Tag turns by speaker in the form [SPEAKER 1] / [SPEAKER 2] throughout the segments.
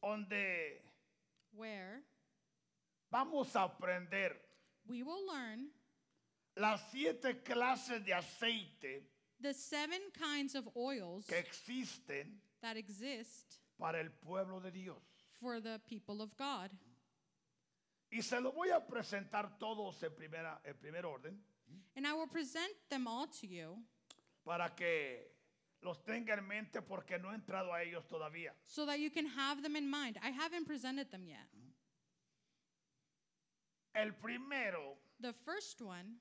[SPEAKER 1] donde
[SPEAKER 2] where
[SPEAKER 1] vamos a aprender
[SPEAKER 2] we will learn
[SPEAKER 1] las siete clases de aceite
[SPEAKER 2] the seven kinds of oils
[SPEAKER 1] que existen
[SPEAKER 2] that exist
[SPEAKER 1] para el pueblo de Dios.
[SPEAKER 2] for the people of God.
[SPEAKER 1] Y se los voy a presentar todos en, primera, en primer orden
[SPEAKER 2] And I will present them all to you
[SPEAKER 1] para que los tenga en mente porque no he entrado a ellos todavía.
[SPEAKER 2] so that you can have them in mind. I haven't presented them yet.
[SPEAKER 1] El primero
[SPEAKER 2] The first one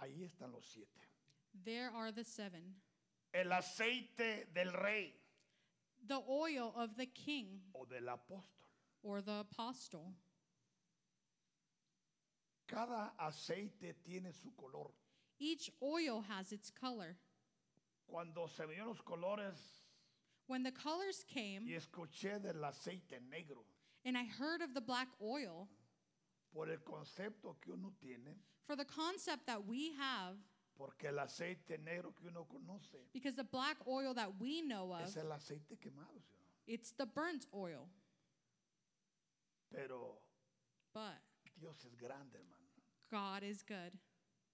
[SPEAKER 1] Ahí están los siete.
[SPEAKER 2] There are the seven.
[SPEAKER 1] El aceite del rey
[SPEAKER 2] The oil of the king
[SPEAKER 1] o del apóstol.
[SPEAKER 2] or the apostle.
[SPEAKER 1] Cada aceite tiene su color.
[SPEAKER 2] Each oil has its color.
[SPEAKER 1] Cuando se me dieron los colores
[SPEAKER 2] When the colors came
[SPEAKER 1] y escuché del aceite negro,
[SPEAKER 2] and I heard of the black oil,
[SPEAKER 1] por el concepto que uno tiene,
[SPEAKER 2] for the concept that we have,
[SPEAKER 1] porque el aceite negro que uno conoce
[SPEAKER 2] because the black oil that we know
[SPEAKER 1] es
[SPEAKER 2] of,
[SPEAKER 1] el aceite quemado. ¿sí o no?
[SPEAKER 2] it's the burnt oil.
[SPEAKER 1] Pero
[SPEAKER 2] But
[SPEAKER 1] Dios es grande, hermano.
[SPEAKER 2] God is good.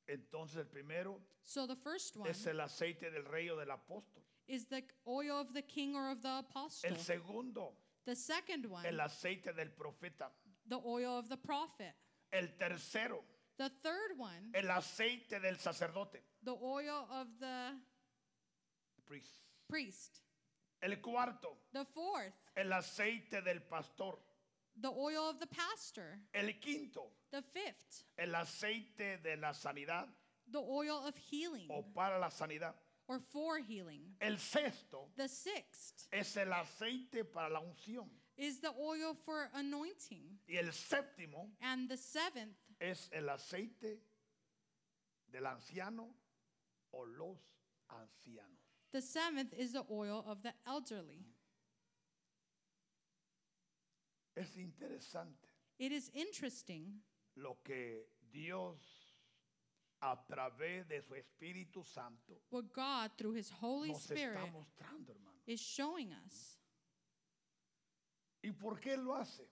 [SPEAKER 1] Entonces el primero
[SPEAKER 2] So the first one
[SPEAKER 1] es el aceite del rey o del apóstol.
[SPEAKER 2] is the oil of the king or of the apostle.
[SPEAKER 1] El segundo,
[SPEAKER 2] The second one,
[SPEAKER 1] el aceite del profeta.
[SPEAKER 2] the oil of the prophet.
[SPEAKER 1] El tercero,
[SPEAKER 2] The third one,
[SPEAKER 1] el aceite del sacerdote.
[SPEAKER 2] the oil of the
[SPEAKER 1] priest.
[SPEAKER 2] priest.
[SPEAKER 1] El cuarto,
[SPEAKER 2] The fourth,
[SPEAKER 1] el aceite del pastor.
[SPEAKER 2] the oil of the pastor.
[SPEAKER 1] El quinto,
[SPEAKER 2] The fifth,
[SPEAKER 1] el aceite de la sanidad
[SPEAKER 2] the oil of healing
[SPEAKER 1] o para la sanidad.
[SPEAKER 2] or for healing.
[SPEAKER 1] El sexto
[SPEAKER 2] The sixth
[SPEAKER 1] es el aceite para la unción.
[SPEAKER 2] is the oil for anointing.
[SPEAKER 1] Y el séptimo
[SPEAKER 2] And the seventh
[SPEAKER 1] es el aceite del anciano o los ancianos.
[SPEAKER 2] The seventh is the oil of the elderly.
[SPEAKER 1] Es interesante
[SPEAKER 2] It is interesting
[SPEAKER 1] lo que Dios a través de su Espíritu Santo
[SPEAKER 2] what God, through His Holy
[SPEAKER 1] nos
[SPEAKER 2] Spirit,
[SPEAKER 1] está mostrando, hermano.
[SPEAKER 2] is showing us.
[SPEAKER 1] ¿Y por qué lo hace?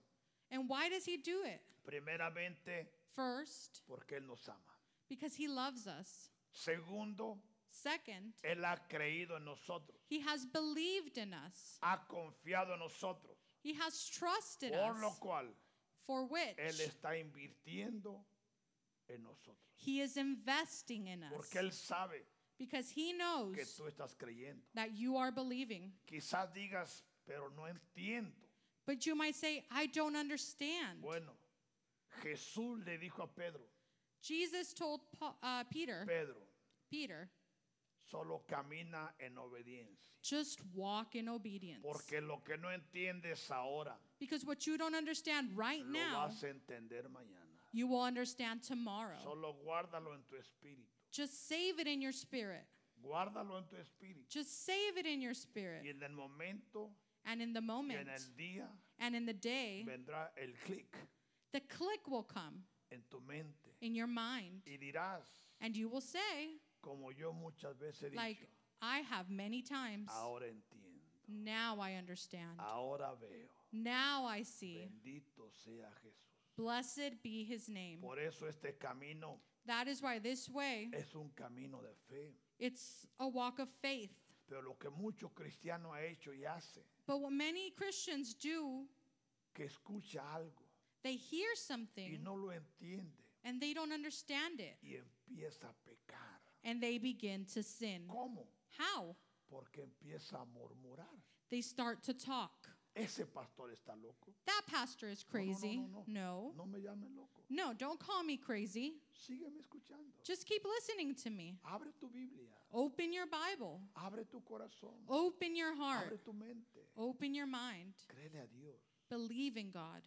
[SPEAKER 2] And why does He do it?
[SPEAKER 1] Primeramente,
[SPEAKER 2] First,
[SPEAKER 1] porque Él nos ama.
[SPEAKER 2] because He loves us.
[SPEAKER 1] Segundo,
[SPEAKER 2] Second,
[SPEAKER 1] Él ha creído en nosotros,
[SPEAKER 2] He has believed in us,
[SPEAKER 1] ha confiado en nosotros,
[SPEAKER 2] He has trusted
[SPEAKER 1] por lo
[SPEAKER 2] us,
[SPEAKER 1] cual
[SPEAKER 2] for
[SPEAKER 1] Él
[SPEAKER 2] which
[SPEAKER 1] está invirtiendo en nosotros.
[SPEAKER 2] He is investing in
[SPEAKER 1] Porque
[SPEAKER 2] us.
[SPEAKER 1] Él sabe
[SPEAKER 2] Because He
[SPEAKER 1] que
[SPEAKER 2] knows
[SPEAKER 1] tú estás creyendo.
[SPEAKER 2] that you are believing.
[SPEAKER 1] Quizás digas, pero no entiendo.
[SPEAKER 2] But you might say, I don't understand.
[SPEAKER 1] Bueno, Jesús le dijo a Pedro,
[SPEAKER 2] Jesus told Pa- uh, Peter,
[SPEAKER 1] Pedro,
[SPEAKER 2] Peter,
[SPEAKER 1] solo camina en obediencia.
[SPEAKER 2] Just walk in obedience.
[SPEAKER 1] Porque lo que no entiendes ahora,
[SPEAKER 2] Because what you don't understand right
[SPEAKER 1] lo
[SPEAKER 2] now,
[SPEAKER 1] vas a entender mañana.
[SPEAKER 2] you will understand tomorrow.
[SPEAKER 1] Solo guárdalo en tu espíritu.
[SPEAKER 2] Just save it in your spirit.
[SPEAKER 1] Guárdalo en tu espíritu.
[SPEAKER 2] Just save it in
[SPEAKER 1] Y
[SPEAKER 2] your spirit.
[SPEAKER 1] en el momento
[SPEAKER 2] And in the
[SPEAKER 1] y
[SPEAKER 2] moment
[SPEAKER 1] en el día
[SPEAKER 2] and in the day,
[SPEAKER 1] vendrá el clic
[SPEAKER 2] the click will come
[SPEAKER 1] en tu mente.
[SPEAKER 2] in your mind.
[SPEAKER 1] Y dirás,
[SPEAKER 2] And you will say,
[SPEAKER 1] como yo muchas veces he
[SPEAKER 2] like
[SPEAKER 1] dicho,
[SPEAKER 2] I have many times,
[SPEAKER 1] ahora entiendo,
[SPEAKER 2] now I understand.
[SPEAKER 1] ahora veo.
[SPEAKER 2] Now I see.
[SPEAKER 1] Bendito sea Jesús.
[SPEAKER 2] Blessed be his name.
[SPEAKER 1] Por eso este camino
[SPEAKER 2] That is why this way,
[SPEAKER 1] es un camino de fe.
[SPEAKER 2] it's a walk of faith.
[SPEAKER 1] Pero lo que muchos cristianos han hecho y hace,
[SPEAKER 2] But what many Christians do
[SPEAKER 1] que escucha algo
[SPEAKER 2] They hear
[SPEAKER 1] y
[SPEAKER 2] something
[SPEAKER 1] no lo entiende
[SPEAKER 2] and they don't understand it
[SPEAKER 1] y empieza a pecar.
[SPEAKER 2] and they begin to sin.
[SPEAKER 1] ¿Cómo?
[SPEAKER 2] How?
[SPEAKER 1] Porque empieza a murmurar.
[SPEAKER 2] They start to talk.
[SPEAKER 1] Ese pastor está loco.
[SPEAKER 2] That pastor is
[SPEAKER 1] No, no, no,
[SPEAKER 2] crazy.
[SPEAKER 1] no,
[SPEAKER 2] No.
[SPEAKER 1] No me llame loco.
[SPEAKER 2] No, don't call me crazy.
[SPEAKER 1] Sígueme escuchando.
[SPEAKER 2] Just keep listening to me.
[SPEAKER 1] Abre tu Biblia.
[SPEAKER 2] Open your Bible.
[SPEAKER 1] Abre tu corazón.
[SPEAKER 2] Open your
[SPEAKER 1] Abre
[SPEAKER 2] heart.
[SPEAKER 1] tu mente.
[SPEAKER 2] Open your mind.
[SPEAKER 1] Créele a Dios
[SPEAKER 2] Believe in God.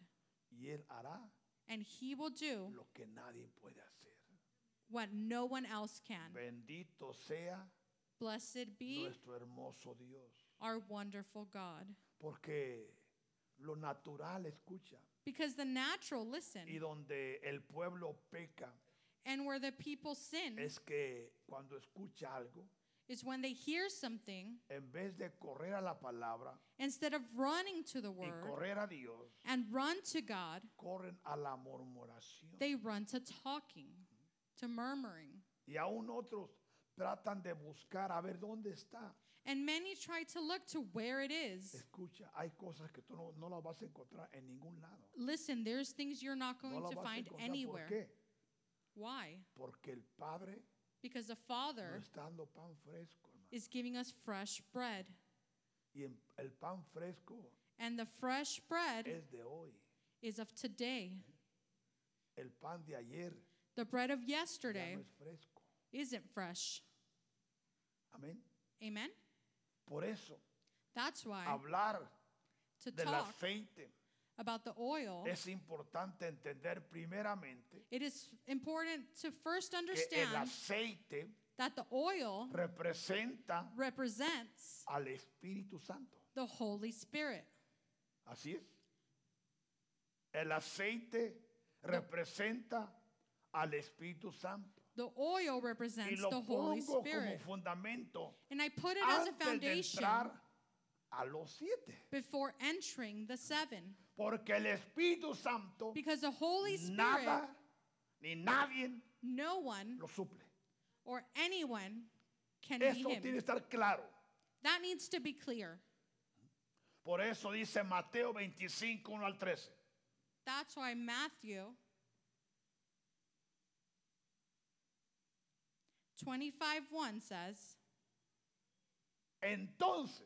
[SPEAKER 1] y Él hará
[SPEAKER 2] And He will do
[SPEAKER 1] lo que nadie puede hacer.
[SPEAKER 2] what no one else can.
[SPEAKER 1] Bendito sea
[SPEAKER 2] Blessed be
[SPEAKER 1] nuestro hermoso Dios.
[SPEAKER 2] our wonderful God.
[SPEAKER 1] Porque lo natural, escucha,
[SPEAKER 2] Because the natural,
[SPEAKER 1] y
[SPEAKER 2] listen,
[SPEAKER 1] donde el pueblo peca
[SPEAKER 2] and where the people sin
[SPEAKER 1] es que cuando escucha algo,
[SPEAKER 2] is when they hear something,
[SPEAKER 1] en vez de correr a la palabra
[SPEAKER 2] instead of running to the
[SPEAKER 1] y
[SPEAKER 2] word
[SPEAKER 1] correr a Dios,
[SPEAKER 2] and run to God,
[SPEAKER 1] corren a la murmuración.
[SPEAKER 2] they run to talking, to murmuring.
[SPEAKER 1] Y aún otros tratan de buscar a ver dónde está.
[SPEAKER 2] And many try to look to where it is.
[SPEAKER 1] Escucha, hay cosas que tú no, no las vas a encontrar en ningún lado.
[SPEAKER 2] Listen, there's things you're not
[SPEAKER 1] No
[SPEAKER 2] going
[SPEAKER 1] las
[SPEAKER 2] to
[SPEAKER 1] vas a
[SPEAKER 2] find
[SPEAKER 1] encontrar. ¿Por
[SPEAKER 2] anywhere.
[SPEAKER 1] qué?
[SPEAKER 2] Why?
[SPEAKER 1] Porque el Padre
[SPEAKER 2] Because the
[SPEAKER 1] no
[SPEAKER 2] Father
[SPEAKER 1] está dando pan fresco, hermano.
[SPEAKER 2] is giving us fresh bread.
[SPEAKER 1] Y en- el pan fresco
[SPEAKER 2] And the fresh bread
[SPEAKER 1] es de hoy.
[SPEAKER 2] is of today.
[SPEAKER 1] El pan de ayer
[SPEAKER 2] The bread of
[SPEAKER 1] ya
[SPEAKER 2] yesterday
[SPEAKER 1] no es fresco.
[SPEAKER 2] isn't fresh.
[SPEAKER 1] Amén.
[SPEAKER 2] Amen?
[SPEAKER 1] Por eso,
[SPEAKER 2] That's why
[SPEAKER 1] hablar
[SPEAKER 2] to
[SPEAKER 1] del
[SPEAKER 2] talk
[SPEAKER 1] aceite
[SPEAKER 2] about the oil,
[SPEAKER 1] es importante entender primeramente
[SPEAKER 2] it is important to first
[SPEAKER 1] que el
[SPEAKER 2] understand
[SPEAKER 1] aceite
[SPEAKER 2] that the oil
[SPEAKER 1] representa
[SPEAKER 2] represents
[SPEAKER 1] al Espíritu Santo.
[SPEAKER 2] the Holy Spirit.
[SPEAKER 1] Así es. El aceite representa al Espíritu Santo.
[SPEAKER 2] The
[SPEAKER 1] Y
[SPEAKER 2] oil represents
[SPEAKER 1] lo
[SPEAKER 2] the Holy
[SPEAKER 1] pongo como
[SPEAKER 2] Spirit.
[SPEAKER 1] fundamento
[SPEAKER 2] And I put it as a
[SPEAKER 1] antes de
[SPEAKER 2] foundation
[SPEAKER 1] entrar a los siete.
[SPEAKER 2] before entering the seven.
[SPEAKER 1] Porque el Espíritu Santo
[SPEAKER 2] Because the Holy Spirit,
[SPEAKER 1] nada ni nadie
[SPEAKER 2] no one
[SPEAKER 1] lo suple.
[SPEAKER 2] or anyone can be
[SPEAKER 1] Eso
[SPEAKER 2] him.
[SPEAKER 1] tiene que estar claro.
[SPEAKER 2] That needs to be clear.
[SPEAKER 1] Por eso dice Mateo 25, 1 al 13.
[SPEAKER 2] That's why Matthew 25 1 says,
[SPEAKER 1] Entonces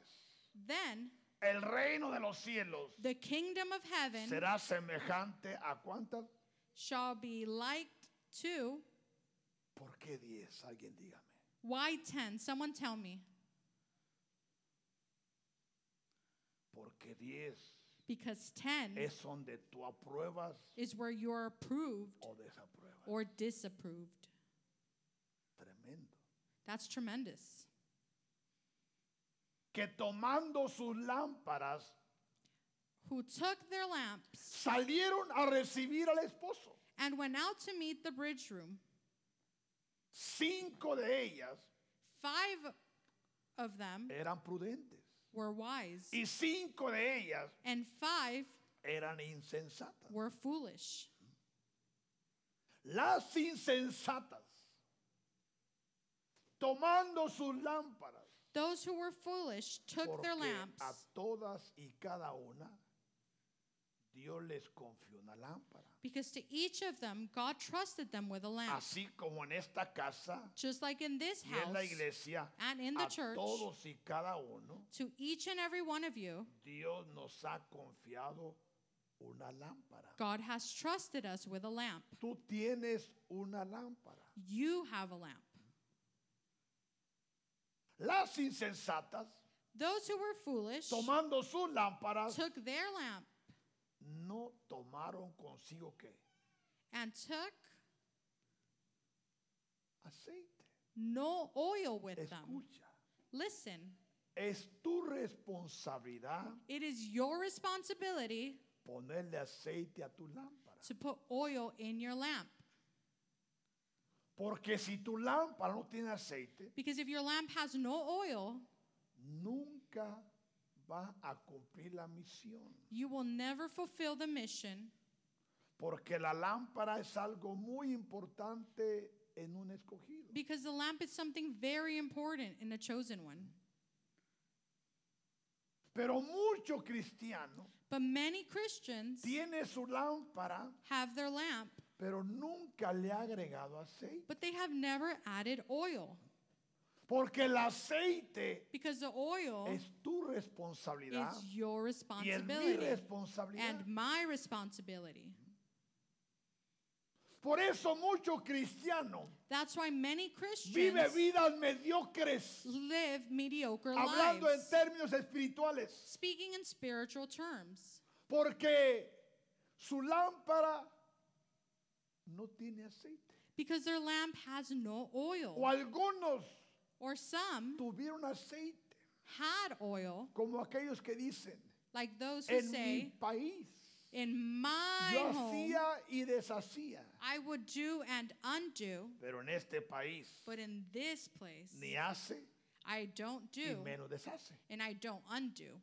[SPEAKER 2] Then
[SPEAKER 1] el reino de los cielos
[SPEAKER 2] the kingdom of heaven
[SPEAKER 1] será semejante a cuántas?
[SPEAKER 2] shall be like to.
[SPEAKER 1] ¿Por qué 10? Alguien dígame.
[SPEAKER 2] Why 10? Someone tell me.
[SPEAKER 1] Porque 10
[SPEAKER 2] Because 10
[SPEAKER 1] es donde tú apruebas
[SPEAKER 2] is where you're approved
[SPEAKER 1] o desapruebas.
[SPEAKER 2] or disapproved.
[SPEAKER 1] Tremendo.
[SPEAKER 2] That's tremendous.
[SPEAKER 1] Que tomando sus lámparas
[SPEAKER 2] Who took their lamps
[SPEAKER 1] salieron a recibir al esposo.
[SPEAKER 2] and went out to meet the bridge room.
[SPEAKER 1] Cinco de ellas
[SPEAKER 2] Five of them
[SPEAKER 1] eran prudentes
[SPEAKER 2] were wise,
[SPEAKER 1] y cinco de ellas
[SPEAKER 2] and five
[SPEAKER 1] eran insensatas.
[SPEAKER 2] were foolish.
[SPEAKER 1] Las insensatas, tomando sus lámparas,
[SPEAKER 2] Those who were foolish took
[SPEAKER 1] porque
[SPEAKER 2] their lamps,
[SPEAKER 1] a todas y cada una Dios les confió una lámpara.
[SPEAKER 2] because to each of them God trusted them with a lamp.
[SPEAKER 1] Así como en esta casa
[SPEAKER 2] Just like in this
[SPEAKER 1] y en la
[SPEAKER 2] house
[SPEAKER 1] iglesia,
[SPEAKER 2] and in the
[SPEAKER 1] a
[SPEAKER 2] church,
[SPEAKER 1] todos y cada uno,
[SPEAKER 2] to each and every one of you,
[SPEAKER 1] Dios nos ha confiado una lámpara.
[SPEAKER 2] God has trusted us with a lamp.
[SPEAKER 1] Tú tienes una lámpara.
[SPEAKER 2] You have a lamp.
[SPEAKER 1] Las insensatas,
[SPEAKER 2] Those who were foolish
[SPEAKER 1] tomando sus lámparas,
[SPEAKER 2] took their lamp
[SPEAKER 1] no tomaron consigo qué?
[SPEAKER 2] and took
[SPEAKER 1] Aceite.
[SPEAKER 2] no oil with them.
[SPEAKER 1] Escucha,
[SPEAKER 2] Listen,
[SPEAKER 1] es tu responsabilidad
[SPEAKER 2] it is your responsibility
[SPEAKER 1] ponerle aceite a tu lámpara.
[SPEAKER 2] to put oil in your lamp.
[SPEAKER 1] Porque si tu lámpara no tiene aceite,
[SPEAKER 2] Because if your lamp has no oil,
[SPEAKER 1] nunca va a cumplir la misión.
[SPEAKER 2] you will never fulfill the mission
[SPEAKER 1] Porque la lámpara es algo muy importante en un escogido.
[SPEAKER 2] because the lamp is something very important in a chosen one.
[SPEAKER 1] Pero muchos cristianos
[SPEAKER 2] But many Christians
[SPEAKER 1] tienen su lámpara,
[SPEAKER 2] have their lamp,
[SPEAKER 1] pero nunca le ha agregado aceite.
[SPEAKER 2] but they have never added oil
[SPEAKER 1] Porque el aceite
[SPEAKER 2] because the oil
[SPEAKER 1] es tu responsabilidad
[SPEAKER 2] is your
[SPEAKER 1] y es mi
[SPEAKER 2] responsibility
[SPEAKER 1] responsabilidad.
[SPEAKER 2] and my responsibility.
[SPEAKER 1] Por eso muchos cristianos
[SPEAKER 2] That's why many
[SPEAKER 1] viven
[SPEAKER 2] Christians
[SPEAKER 1] vidas mediocres,
[SPEAKER 2] live mediocre
[SPEAKER 1] hablando en
[SPEAKER 2] lives.
[SPEAKER 1] términos espirituales.
[SPEAKER 2] Speaking in spiritual terms,
[SPEAKER 1] Porque su lámpara no tiene aceite.
[SPEAKER 2] because their lamp has no
[SPEAKER 1] O
[SPEAKER 2] oil,
[SPEAKER 1] algunos
[SPEAKER 2] or some
[SPEAKER 1] tuvieron aceite,
[SPEAKER 2] had oil,
[SPEAKER 1] como aquellos que dicen,
[SPEAKER 2] like those who
[SPEAKER 1] en mi
[SPEAKER 2] say,
[SPEAKER 1] país
[SPEAKER 2] In my
[SPEAKER 1] Yo
[SPEAKER 2] home,
[SPEAKER 1] hacía y deshacía.
[SPEAKER 2] I would do and undo,
[SPEAKER 1] Pero en este país
[SPEAKER 2] but in this place,
[SPEAKER 1] ni hace
[SPEAKER 2] I don't
[SPEAKER 1] y
[SPEAKER 2] do
[SPEAKER 1] menos deshace.
[SPEAKER 2] and I don't undo.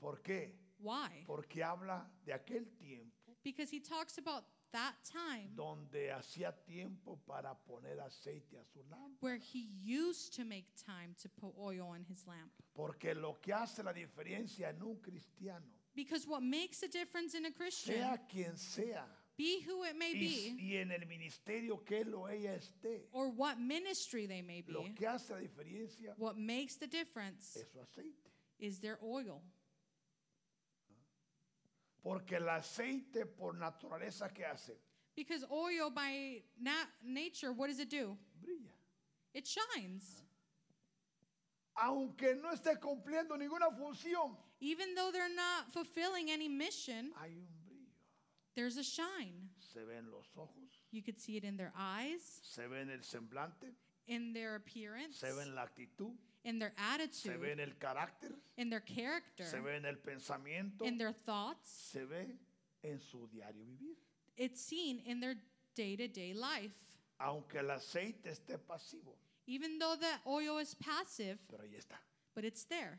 [SPEAKER 1] ¿Por qué?
[SPEAKER 2] Why?
[SPEAKER 1] Porque habla de aquel tiempo
[SPEAKER 2] Because he talks about that time
[SPEAKER 1] donde hacía tiempo para poner aceite a su lámpara.
[SPEAKER 2] where he used to make time to put oil on his lamp.
[SPEAKER 1] Porque lo que hace la diferencia en un cristiano,
[SPEAKER 2] Because what makes a difference in a Christian,
[SPEAKER 1] sea quien sea,
[SPEAKER 2] be who it may
[SPEAKER 1] y,
[SPEAKER 2] be,
[SPEAKER 1] y en el ministerio que él o ella esté,
[SPEAKER 2] or what ministry they may
[SPEAKER 1] lo
[SPEAKER 2] be,
[SPEAKER 1] que hace la diferencia
[SPEAKER 2] what makes the difference
[SPEAKER 1] es su aceite.
[SPEAKER 2] is their oil.
[SPEAKER 1] Porque el aceite por naturaleza que hace,
[SPEAKER 2] Because oil by nat- nature, what does it do?
[SPEAKER 1] brilla.
[SPEAKER 2] It shines.
[SPEAKER 1] Aunque no esté cumpliendo ninguna función,
[SPEAKER 2] Even though they're not fulfilling any mission,
[SPEAKER 1] hay un brillo.
[SPEAKER 2] there's a shine.
[SPEAKER 1] Se ven los ojos,
[SPEAKER 2] You could see it in their eyes,
[SPEAKER 1] se ve en el semblante,
[SPEAKER 2] in their appearance,
[SPEAKER 1] se ve en la actitud,
[SPEAKER 2] in their
[SPEAKER 1] se ve
[SPEAKER 2] attitude,
[SPEAKER 1] en el carácter,
[SPEAKER 2] in their character,
[SPEAKER 1] se ve en el pensamiento,
[SPEAKER 2] in their thoughts.
[SPEAKER 1] se ve en su diario vivir.
[SPEAKER 2] It's seen in their day to day life.
[SPEAKER 1] Aunque el aceite esté pasivo,
[SPEAKER 2] Even though the oil is passive,
[SPEAKER 1] pero ahí está.
[SPEAKER 2] but it's there.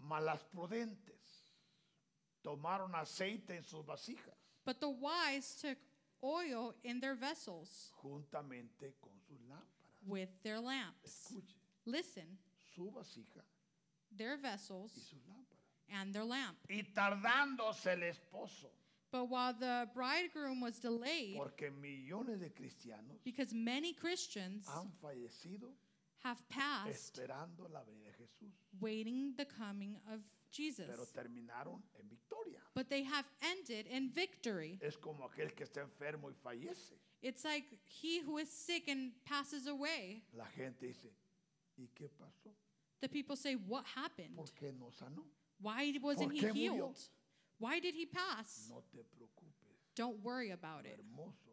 [SPEAKER 1] Malas prudentes tomaron aceite en sus vasijas
[SPEAKER 2] But the wise took oil in their vessels
[SPEAKER 1] juntamente con sus lámparas.
[SPEAKER 2] with their lamps.
[SPEAKER 1] Escuche,
[SPEAKER 2] Listen,
[SPEAKER 1] su vasija
[SPEAKER 2] their vessels
[SPEAKER 1] y sus lámparas.
[SPEAKER 2] and their lamp.
[SPEAKER 1] Y tardándose el esposo,
[SPEAKER 2] But while the bridegroom was delayed,
[SPEAKER 1] porque millones de cristianos
[SPEAKER 2] because many Christians
[SPEAKER 1] han fallecido
[SPEAKER 2] have passed
[SPEAKER 1] esperando la venida de Jesús,
[SPEAKER 2] waiting the coming of Jesus,
[SPEAKER 1] pero terminaron en victoria.
[SPEAKER 2] but they have ended in victory.
[SPEAKER 1] Es como aquel que está enfermo y fallece.
[SPEAKER 2] It's like he who is sick and passes away.
[SPEAKER 1] La gente dice, ¿y qué pasó?
[SPEAKER 2] The people say, What happened?
[SPEAKER 1] ¿Por qué no sanó?
[SPEAKER 2] Why wasn't
[SPEAKER 1] ¿Por
[SPEAKER 2] he
[SPEAKER 1] qué murió?
[SPEAKER 2] healed? Why did he pass?
[SPEAKER 1] No te preocupes,
[SPEAKER 2] Don't worry about
[SPEAKER 1] lo
[SPEAKER 2] it.
[SPEAKER 1] hermoso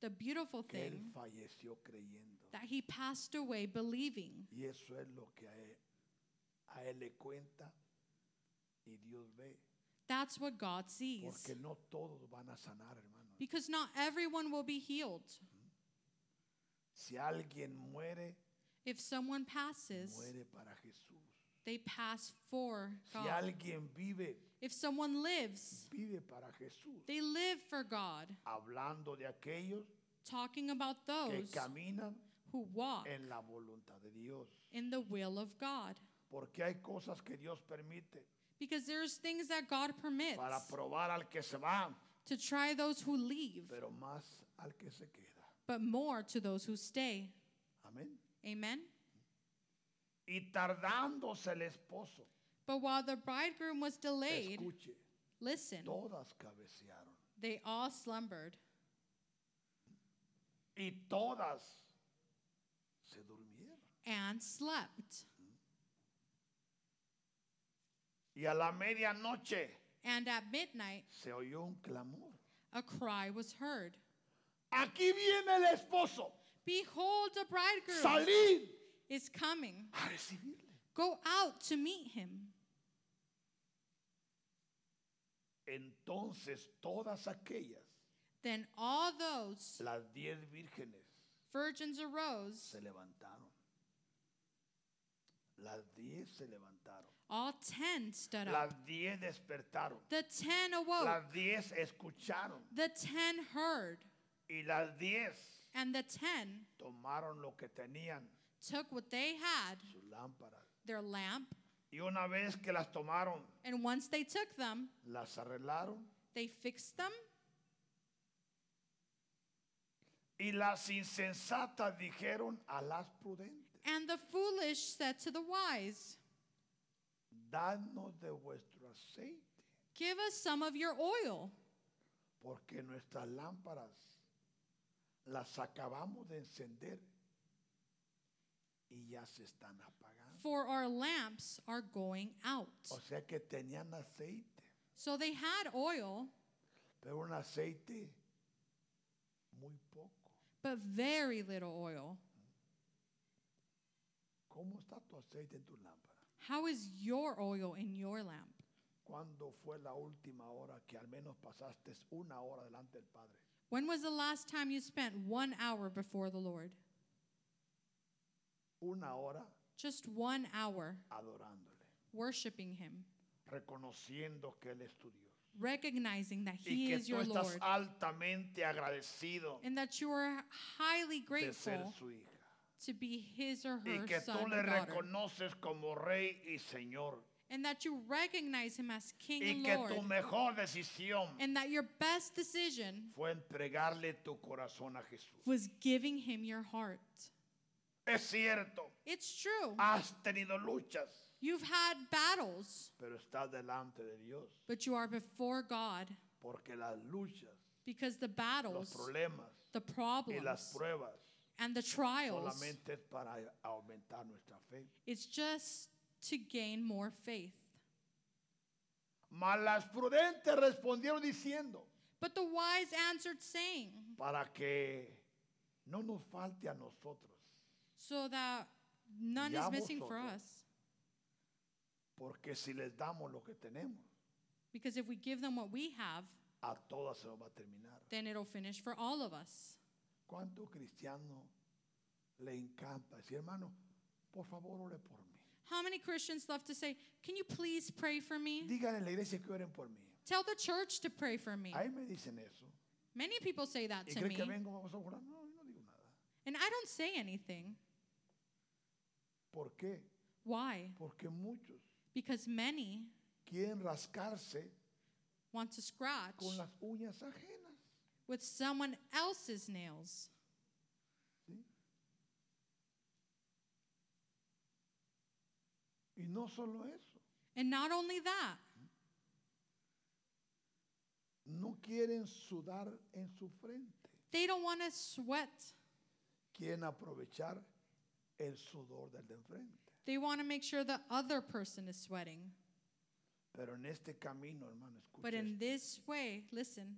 [SPEAKER 2] The beautiful
[SPEAKER 1] que él
[SPEAKER 2] thing
[SPEAKER 1] falleció creyendo.
[SPEAKER 2] that he passed away believing.
[SPEAKER 1] Y eso es lo que a él, a él le cuenta y Dios ve.
[SPEAKER 2] That's what God sees.
[SPEAKER 1] Porque no todos van a sanar, hermano.
[SPEAKER 2] Because not everyone will be healed.
[SPEAKER 1] Si alguien muere,
[SPEAKER 2] If someone passes,
[SPEAKER 1] muere para Jesús.
[SPEAKER 2] they pass for
[SPEAKER 1] Si
[SPEAKER 2] God.
[SPEAKER 1] alguien vive,
[SPEAKER 2] If someone lives,
[SPEAKER 1] vive para Jesús.
[SPEAKER 2] they live for God.
[SPEAKER 1] Hablando de aquellos
[SPEAKER 2] Talking about
[SPEAKER 1] que
[SPEAKER 2] those
[SPEAKER 1] caminan
[SPEAKER 2] who walk
[SPEAKER 1] en la voluntad de Dios.
[SPEAKER 2] in the will of God.
[SPEAKER 1] Porque hay cosas que Dios permite
[SPEAKER 2] Because there's things that God permits
[SPEAKER 1] para probar al que se va,
[SPEAKER 2] to try those who leave,
[SPEAKER 1] pero más al que se queda.
[SPEAKER 2] but more to those who stay.
[SPEAKER 1] Amén.
[SPEAKER 2] Amen.
[SPEAKER 1] Y tardándose el esposo,
[SPEAKER 2] But while the bridegroom was delayed,
[SPEAKER 1] escuche,
[SPEAKER 2] listen,
[SPEAKER 1] todas cabecearon
[SPEAKER 2] they all slumbered
[SPEAKER 1] y todas se durmieron.
[SPEAKER 2] and slept.
[SPEAKER 1] Y a la medianoche
[SPEAKER 2] And at midnight,
[SPEAKER 1] se oyó un clamor.
[SPEAKER 2] a cry was heard
[SPEAKER 1] Aquí viene el esposo.
[SPEAKER 2] Behold, the bridegroom
[SPEAKER 1] Salid
[SPEAKER 2] is coming.
[SPEAKER 1] a recibirle.
[SPEAKER 2] Go out to meet him.
[SPEAKER 1] Entonces todas aquellas,
[SPEAKER 2] Then all those
[SPEAKER 1] las diez vírgenes,
[SPEAKER 2] virgins arose,
[SPEAKER 1] se levantaron. Las diez se levantaron.
[SPEAKER 2] all ten stood up.
[SPEAKER 1] Las diez despertaron.
[SPEAKER 2] The ten awoke,
[SPEAKER 1] Las diez escucharon.
[SPEAKER 2] the ten heard,
[SPEAKER 1] Y las diez
[SPEAKER 2] and the ten
[SPEAKER 1] tomaron lo que tenían,
[SPEAKER 2] took what they had,
[SPEAKER 1] sus lámparas.
[SPEAKER 2] their lamp,
[SPEAKER 1] Y una vez que las tomaron,
[SPEAKER 2] and once they took them,
[SPEAKER 1] las arreglaron
[SPEAKER 2] they fixed them
[SPEAKER 1] Y las insensatas dijeron a las prudentes,
[SPEAKER 2] And the foolish said to the wise,
[SPEAKER 1] danos de vuestro aceite,
[SPEAKER 2] Give us some of your oil,
[SPEAKER 1] porque nuestras lámparas las acabamos de encender y ya se están apagando.
[SPEAKER 2] for our lamps are going out.
[SPEAKER 1] O sea que tenían aceite,
[SPEAKER 2] So they had oil,
[SPEAKER 1] pero un aceite muy poco.
[SPEAKER 2] but very little oil.
[SPEAKER 1] ¿Cómo está tu aceite en tu lámpara?
[SPEAKER 2] How is your oil in your lamp?
[SPEAKER 1] ¿Cuándo fue la última hora que al menos pasaste una hora delante del Padre?
[SPEAKER 2] When was the last time you spent one hour before the Lord?
[SPEAKER 1] Una hora
[SPEAKER 2] Just one hour
[SPEAKER 1] adorándole,
[SPEAKER 2] worshiping Him,
[SPEAKER 1] reconociendo que Él es tu Dios.
[SPEAKER 2] recognizing that
[SPEAKER 1] Y
[SPEAKER 2] He
[SPEAKER 1] que
[SPEAKER 2] is
[SPEAKER 1] tú
[SPEAKER 2] your
[SPEAKER 1] estás
[SPEAKER 2] Lord,
[SPEAKER 1] altamente agradecido
[SPEAKER 2] and that you are highly
[SPEAKER 1] de ser
[SPEAKER 2] grateful
[SPEAKER 1] su hija.
[SPEAKER 2] to be His or
[SPEAKER 1] Y
[SPEAKER 2] her
[SPEAKER 1] que tú
[SPEAKER 2] son
[SPEAKER 1] le
[SPEAKER 2] or daughter,
[SPEAKER 1] reconoces como Rey y Señor.
[SPEAKER 2] and that you recognize Him as King
[SPEAKER 1] Y
[SPEAKER 2] and
[SPEAKER 1] que
[SPEAKER 2] Lord,
[SPEAKER 1] tu mejor decisión
[SPEAKER 2] and that your best decision
[SPEAKER 1] fue entregarle tu corazón a Jesús.
[SPEAKER 2] was giving Him your heart.
[SPEAKER 1] Es cierto,
[SPEAKER 2] It's true.
[SPEAKER 1] has tenido luchas,
[SPEAKER 2] You've had battles,
[SPEAKER 1] pero estás delante de Dios.
[SPEAKER 2] but you are before God
[SPEAKER 1] Porque las luchas,
[SPEAKER 2] because the
[SPEAKER 1] los
[SPEAKER 2] battles,
[SPEAKER 1] problemas
[SPEAKER 2] the
[SPEAKER 1] y las
[SPEAKER 2] problems,
[SPEAKER 1] pruebas
[SPEAKER 2] and the trials,
[SPEAKER 1] solamente es para aumentar nuestra fe.
[SPEAKER 2] it's just to gain more faith.
[SPEAKER 1] Mas las prudentes respondieron diciendo,
[SPEAKER 2] But the wise answered, saying,
[SPEAKER 1] para que no nos falte a nosotros,
[SPEAKER 2] So that none
[SPEAKER 1] Y a
[SPEAKER 2] is missing for
[SPEAKER 1] vosotros.
[SPEAKER 2] us.
[SPEAKER 1] porque si les damos lo que tenemos,
[SPEAKER 2] Because if we give them what we have,
[SPEAKER 1] a todas se nos va a terminar.
[SPEAKER 2] then it'll finish for all of us.
[SPEAKER 1] ¿Cuánto cristiano le encanta decir, hermano, por favor ore por mí?
[SPEAKER 2] How many Christians love to say, Can you please pray for me?
[SPEAKER 1] Díganle a la iglesia que oren por mí.
[SPEAKER 2] Tell the church to pray for me.
[SPEAKER 1] Ahí me dicen eso.
[SPEAKER 2] Many people say that
[SPEAKER 1] ¿Y
[SPEAKER 2] to
[SPEAKER 1] creen
[SPEAKER 2] me,
[SPEAKER 1] que vengo vamos a orar? No, yo no digo nada.
[SPEAKER 2] and I don't say anything.
[SPEAKER 1] ¿Por qué?
[SPEAKER 2] Why?
[SPEAKER 1] Porque muchos
[SPEAKER 2] Because many
[SPEAKER 1] quieren rascarse
[SPEAKER 2] want to scratch
[SPEAKER 1] con las uñas ajenas.
[SPEAKER 2] with someone else's nails.
[SPEAKER 1] Y no solo eso,
[SPEAKER 2] And not only that,
[SPEAKER 1] no quieren sudar en su frente.
[SPEAKER 2] they don't want to sweat.
[SPEAKER 1] Quieren aprovechar el sudor del de enfrente.
[SPEAKER 2] They want to make sure the other person is sweating.
[SPEAKER 1] Pero en este camino, hermano, escucha
[SPEAKER 2] But in
[SPEAKER 1] esto.
[SPEAKER 2] this way, listen,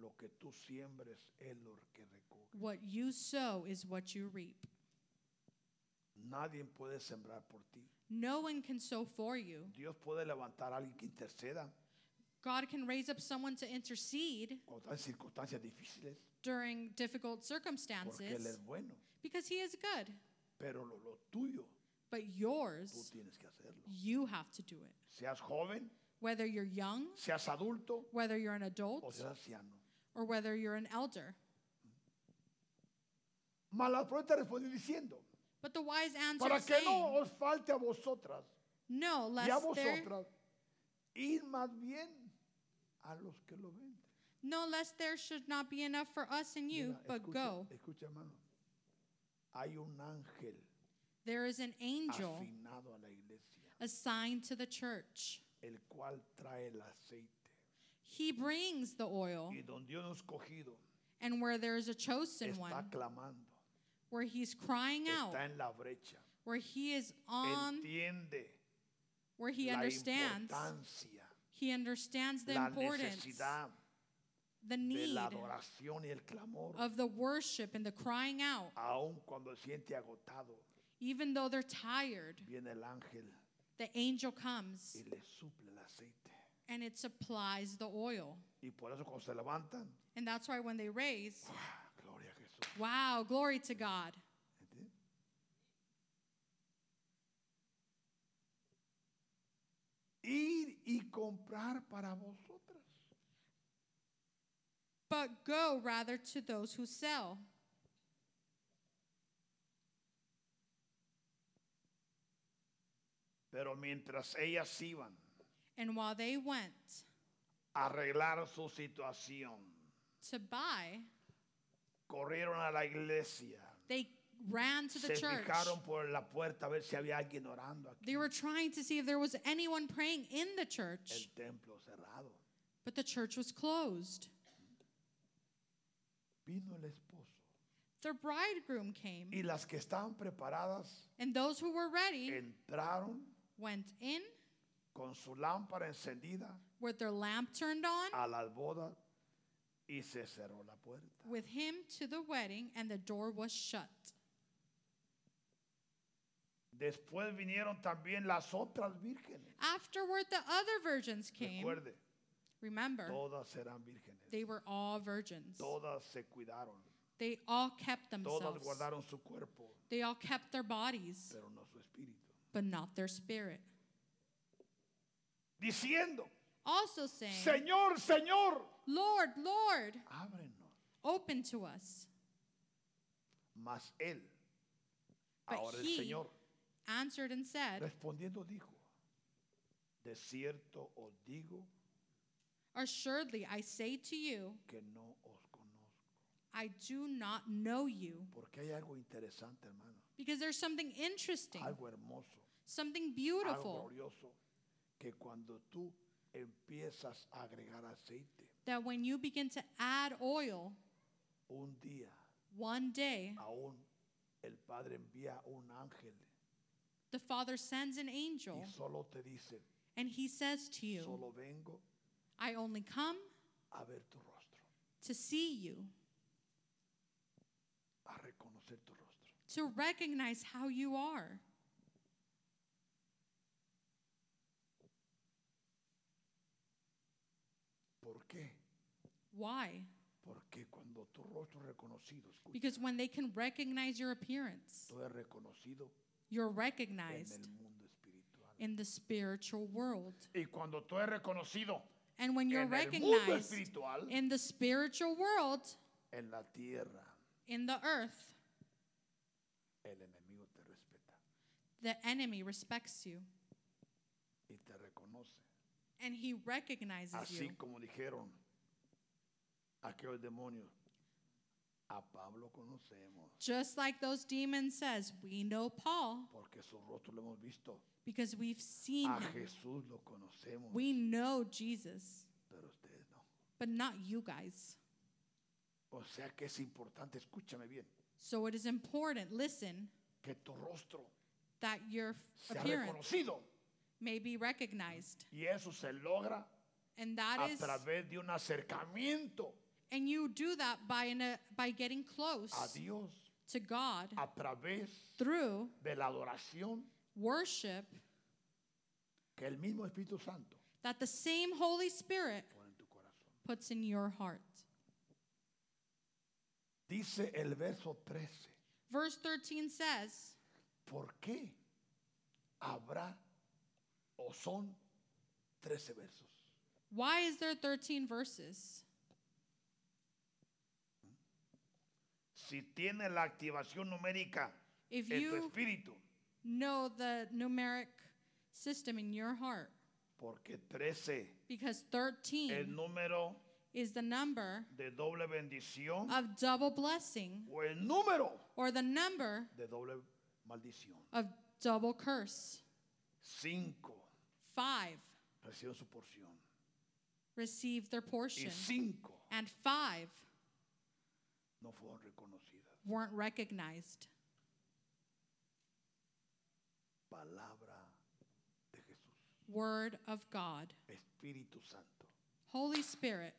[SPEAKER 1] lo que tú siembres es lo que recoges.
[SPEAKER 2] what you sow is what you reap.
[SPEAKER 1] Nadie puede sembrar por ti.
[SPEAKER 2] No one can sow for you.
[SPEAKER 1] Dios puede levantar a alguien que interceda
[SPEAKER 2] God can raise up someone to intercede
[SPEAKER 1] cuando están en circunstancias difíciles,
[SPEAKER 2] during difficult
[SPEAKER 1] porque Él
[SPEAKER 2] circumstances
[SPEAKER 1] es bueno.
[SPEAKER 2] because He is good.
[SPEAKER 1] Pero lo, lo tuyo,
[SPEAKER 2] But
[SPEAKER 1] tú
[SPEAKER 2] yours,
[SPEAKER 1] tienes que hacerlo.
[SPEAKER 2] you have to do it.
[SPEAKER 1] Seas joven,
[SPEAKER 2] Whether you're young,
[SPEAKER 1] seas adulto
[SPEAKER 2] whether you're an
[SPEAKER 1] o
[SPEAKER 2] adult,
[SPEAKER 1] seas anciano.
[SPEAKER 2] or whether you're an elder.
[SPEAKER 1] Mas la profeta respondió diciendo,
[SPEAKER 2] But the wise
[SPEAKER 1] para
[SPEAKER 2] answered,
[SPEAKER 1] que no
[SPEAKER 2] saying,
[SPEAKER 1] os falte a vosotras y a
[SPEAKER 2] No, lest there,
[SPEAKER 1] vosotras, ir más bien a los que lo venden.
[SPEAKER 2] no, lest there should not be enough for us and you,
[SPEAKER 1] Mira,
[SPEAKER 2] but
[SPEAKER 1] escucha,
[SPEAKER 2] go.
[SPEAKER 1] escucha, hermano. Hay un ángel
[SPEAKER 2] There is an angel
[SPEAKER 1] asignado a la iglesia,
[SPEAKER 2] assigned to the church.
[SPEAKER 1] el cual trae el aceite.
[SPEAKER 2] He brings the oil,
[SPEAKER 1] Y donde Dios nos ha escogido
[SPEAKER 2] and where there is a chosen
[SPEAKER 1] está
[SPEAKER 2] one,
[SPEAKER 1] clamando,
[SPEAKER 2] where he's crying out,
[SPEAKER 1] está en la brecha.
[SPEAKER 2] where he is on,
[SPEAKER 1] Entiende
[SPEAKER 2] where he
[SPEAKER 1] la
[SPEAKER 2] understands,
[SPEAKER 1] importancia,
[SPEAKER 2] he understands the
[SPEAKER 1] la
[SPEAKER 2] importance,
[SPEAKER 1] necesidad
[SPEAKER 2] the
[SPEAKER 1] de
[SPEAKER 2] need
[SPEAKER 1] la adoración y el clamor,
[SPEAKER 2] of the worship and the crying out.
[SPEAKER 1] aun cuando siente agotado.
[SPEAKER 2] Even though they're tired,
[SPEAKER 1] Viene el ángel
[SPEAKER 2] the angel comes
[SPEAKER 1] y le suple el aceite.
[SPEAKER 2] and it supplies the oil.
[SPEAKER 1] Y por eso cuando se levantan,
[SPEAKER 2] And that's why when they raise,
[SPEAKER 1] ¡ah! gloria a Jesús.
[SPEAKER 2] wow, glory to God.
[SPEAKER 1] ¿Entiendes? Ir y comprar para vosotras.
[SPEAKER 2] But go rather to those who sell.
[SPEAKER 1] Pero mientras ellas iban
[SPEAKER 2] And while they went
[SPEAKER 1] a arreglar su situación,
[SPEAKER 2] to buy,
[SPEAKER 1] corrieron a la iglesia.
[SPEAKER 2] they ran to the
[SPEAKER 1] Se
[SPEAKER 2] church.
[SPEAKER 1] fijaron por la puerta a ver si había alguien orando aquí.
[SPEAKER 2] They were trying to see if there was anyone praying in the church,
[SPEAKER 1] El templo cerrado.
[SPEAKER 2] but the church was closed.
[SPEAKER 1] Vino el esposo.
[SPEAKER 2] The bridegroom came,
[SPEAKER 1] Y las que estaban preparadas
[SPEAKER 2] and those who were ready
[SPEAKER 1] entraron
[SPEAKER 2] went in
[SPEAKER 1] con su lámpara encendida
[SPEAKER 2] with their lamp turned on
[SPEAKER 1] a las bodas y se cerró la puerta.
[SPEAKER 2] with him to the wedding, and the door was shut.
[SPEAKER 1] Después vinieron también las otras vírgenes.
[SPEAKER 2] Afterward, the other virgins came.
[SPEAKER 1] Recuerde,
[SPEAKER 2] Remember,
[SPEAKER 1] todas eran vírgenes.
[SPEAKER 2] they were all virgins.
[SPEAKER 1] Todas se cuidaron.
[SPEAKER 2] They all kept
[SPEAKER 1] Todas
[SPEAKER 2] themselves.
[SPEAKER 1] guardaron su cuerpo,
[SPEAKER 2] They all kept their bodies,
[SPEAKER 1] pero no su espíritu.
[SPEAKER 2] but not their spirit.
[SPEAKER 1] Diciendo,
[SPEAKER 2] Also saying,
[SPEAKER 1] Señor, Señor,
[SPEAKER 2] Lord, Lord,
[SPEAKER 1] ábrenos.
[SPEAKER 2] open to us.
[SPEAKER 1] Mas él,
[SPEAKER 2] But
[SPEAKER 1] ahora el
[SPEAKER 2] he-
[SPEAKER 1] Señor,
[SPEAKER 2] Answered and said,
[SPEAKER 1] respondiendo dijo, de cierto os digo
[SPEAKER 2] Assuredly, I say to you,
[SPEAKER 1] que no os conozco.
[SPEAKER 2] I do not know you.
[SPEAKER 1] Porque hay algo interesante, hermano.
[SPEAKER 2] Because there's something interesting,
[SPEAKER 1] Algo hermoso,
[SPEAKER 2] something
[SPEAKER 1] algo
[SPEAKER 2] beautiful,
[SPEAKER 1] glorioso, que cuando tú empiezas a agregar aceite,
[SPEAKER 2] that when you begin to add oil,
[SPEAKER 1] un día
[SPEAKER 2] one day
[SPEAKER 1] aún el Padre envía un ángel
[SPEAKER 2] the Father sends an angel
[SPEAKER 1] y solo te dice,
[SPEAKER 2] and he says to you,
[SPEAKER 1] solo vengo
[SPEAKER 2] I only come
[SPEAKER 1] a ver tu rostro,
[SPEAKER 2] to see you,
[SPEAKER 1] a reconocer tu rostro.
[SPEAKER 2] to recognize how you are.
[SPEAKER 1] ¿Por qué?
[SPEAKER 2] Why?
[SPEAKER 1] Porque cuando tu rostro es reconocido, escucha,
[SPEAKER 2] Because when they can recognize your appearance,
[SPEAKER 1] tú eres reconocido
[SPEAKER 2] you're
[SPEAKER 1] en
[SPEAKER 2] recognized
[SPEAKER 1] el mundo espiritual.
[SPEAKER 2] in the spiritual world.
[SPEAKER 1] Y cuando tú eres reconocido
[SPEAKER 2] And when you're
[SPEAKER 1] en el mundo
[SPEAKER 2] recognized
[SPEAKER 1] espiritual,
[SPEAKER 2] in the spiritual world,
[SPEAKER 1] en la tierra,
[SPEAKER 2] in the earth,
[SPEAKER 1] el enemigo te respeta
[SPEAKER 2] the enemy respects you
[SPEAKER 1] y te reconoce.
[SPEAKER 2] and he recognizes you.
[SPEAKER 1] Así como dijeron aquellos demonios, a Pablo conocemos,
[SPEAKER 2] Just like those demons says, we know Paul
[SPEAKER 1] porque su rostro lo hemos visto.
[SPEAKER 2] because we've seen
[SPEAKER 1] A
[SPEAKER 2] him.
[SPEAKER 1] Ah, Jesús lo conocemos,
[SPEAKER 2] We know Jesus,
[SPEAKER 1] pero ustedes no.
[SPEAKER 2] but not you guys.
[SPEAKER 1] O sea que es importante, escúchame bien,
[SPEAKER 2] So it is important, listen,
[SPEAKER 1] que tu rostro
[SPEAKER 2] that your
[SPEAKER 1] sea
[SPEAKER 2] appearance
[SPEAKER 1] reconocido.
[SPEAKER 2] may be recognized.
[SPEAKER 1] Y eso se logra
[SPEAKER 2] And that
[SPEAKER 1] Ah, a
[SPEAKER 2] is
[SPEAKER 1] través de un acercamiento
[SPEAKER 2] and you do that by an, uh, by getting
[SPEAKER 1] a
[SPEAKER 2] close
[SPEAKER 1] Dios,
[SPEAKER 2] to God
[SPEAKER 1] a través
[SPEAKER 2] through
[SPEAKER 1] de la adoración
[SPEAKER 2] worship
[SPEAKER 1] que el mismo Espíritu Santo
[SPEAKER 2] that the same Holy Spirit
[SPEAKER 1] pone en tu corazón.
[SPEAKER 2] puts in your heart.
[SPEAKER 1] Dice el verso 13,
[SPEAKER 2] Verse 13 says,
[SPEAKER 1] ¿por qué habrá o son 13 versos?
[SPEAKER 2] Why is there 13 verses?
[SPEAKER 1] Si tiene la activación numérica
[SPEAKER 2] If
[SPEAKER 1] en tu
[SPEAKER 2] you
[SPEAKER 1] espíritu,
[SPEAKER 2] know the numeric system in your heart,
[SPEAKER 1] porque 13
[SPEAKER 2] because
[SPEAKER 1] el
[SPEAKER 2] 13
[SPEAKER 1] número
[SPEAKER 2] is the number
[SPEAKER 1] de doble bendición
[SPEAKER 2] of double blessing
[SPEAKER 1] o el número
[SPEAKER 2] or the number
[SPEAKER 1] de doble maldición.
[SPEAKER 2] of double curse.
[SPEAKER 1] 5
[SPEAKER 2] Five,
[SPEAKER 1] reciben su porción.
[SPEAKER 2] receive their
[SPEAKER 1] Y
[SPEAKER 2] portion,
[SPEAKER 1] 5
[SPEAKER 2] and five
[SPEAKER 1] no fueron reconocidas.
[SPEAKER 2] weren't recognized.
[SPEAKER 1] Palabra de Jesús,
[SPEAKER 2] Word of God.
[SPEAKER 1] Espíritu Santo,
[SPEAKER 2] Holy Spirit,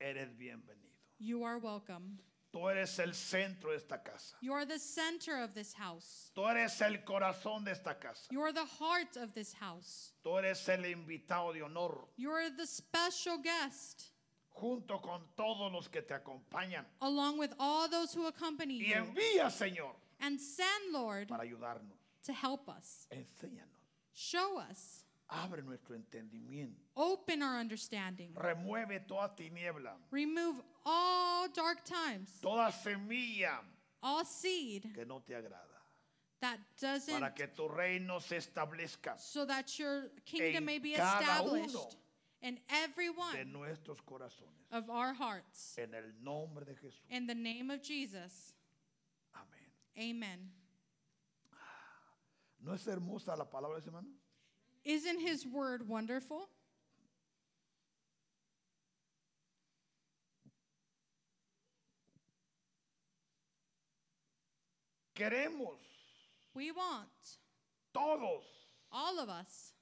[SPEAKER 1] eres bienvenido.
[SPEAKER 2] you are welcome.
[SPEAKER 1] Tú eres el centro de esta casa.
[SPEAKER 2] You are the center of this house.
[SPEAKER 1] Tú eres el corazón de esta casa.
[SPEAKER 2] You are the heart of this house.
[SPEAKER 1] Tú eres el invitado de honor
[SPEAKER 2] You are the special guest,
[SPEAKER 1] junto con todos los que te acompañan.
[SPEAKER 2] along with all those who accompany
[SPEAKER 1] Y
[SPEAKER 2] you.
[SPEAKER 1] envía, Señor,
[SPEAKER 2] And send, Lord,
[SPEAKER 1] para ayudarnos.
[SPEAKER 2] to help us.
[SPEAKER 1] Enséñanos.
[SPEAKER 2] Show us.
[SPEAKER 1] Abre nuestro entendimiento.
[SPEAKER 2] Open our understanding.
[SPEAKER 1] Remueve toda tiniebla,
[SPEAKER 2] Remove all dark times,
[SPEAKER 1] toda semilla
[SPEAKER 2] all seed
[SPEAKER 1] que no te agrada,
[SPEAKER 2] that doesn't,
[SPEAKER 1] para que tu reino se establezca
[SPEAKER 2] so that your kingdom
[SPEAKER 1] En
[SPEAKER 2] may be
[SPEAKER 1] cada
[SPEAKER 2] established
[SPEAKER 1] uno
[SPEAKER 2] in every
[SPEAKER 1] de
[SPEAKER 2] one
[SPEAKER 1] nuestros corazones.
[SPEAKER 2] of our hearts.
[SPEAKER 1] En el nombre de Jesús.
[SPEAKER 2] In the name of Jesus,
[SPEAKER 1] Amén.
[SPEAKER 2] amen.
[SPEAKER 1] ¿No es hermosa la palabra de semana?
[SPEAKER 2] Isn't his word wonderful?
[SPEAKER 1] Queremos
[SPEAKER 2] We want,
[SPEAKER 1] todos
[SPEAKER 2] all of us,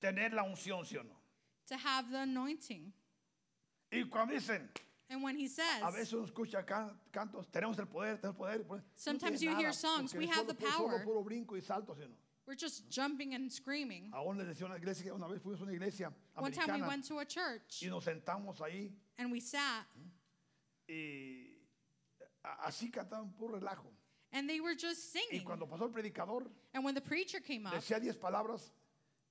[SPEAKER 1] tener la unción, ¿sí o no?
[SPEAKER 2] to have the anointing.
[SPEAKER 1] Y cuando dicen,
[SPEAKER 2] And when he
[SPEAKER 1] A veces
[SPEAKER 2] says,
[SPEAKER 1] uno escucha can- cantos, tenemos el poder, tenemos el poder. el poder". No
[SPEAKER 2] Sometimes
[SPEAKER 1] tiene
[SPEAKER 2] you
[SPEAKER 1] nada,
[SPEAKER 2] hear songs,
[SPEAKER 1] porque
[SPEAKER 2] "We have
[SPEAKER 1] solo-
[SPEAKER 2] the power".
[SPEAKER 1] Solo puro brinco y salto, sino.
[SPEAKER 2] we're just jumping and screaming.
[SPEAKER 1] Aún les decía una iglesia, que una vez fuimos a una iglesia
[SPEAKER 2] One time we
[SPEAKER 1] americana
[SPEAKER 2] went to a church
[SPEAKER 1] y nos sentamos ahí
[SPEAKER 2] and we sat
[SPEAKER 1] y a- así cantaban puro relajo.
[SPEAKER 2] and they were just
[SPEAKER 1] Y
[SPEAKER 2] singing.
[SPEAKER 1] cuando pasó el predicador,
[SPEAKER 2] And when the preacher came up,
[SPEAKER 1] decía 10 palabras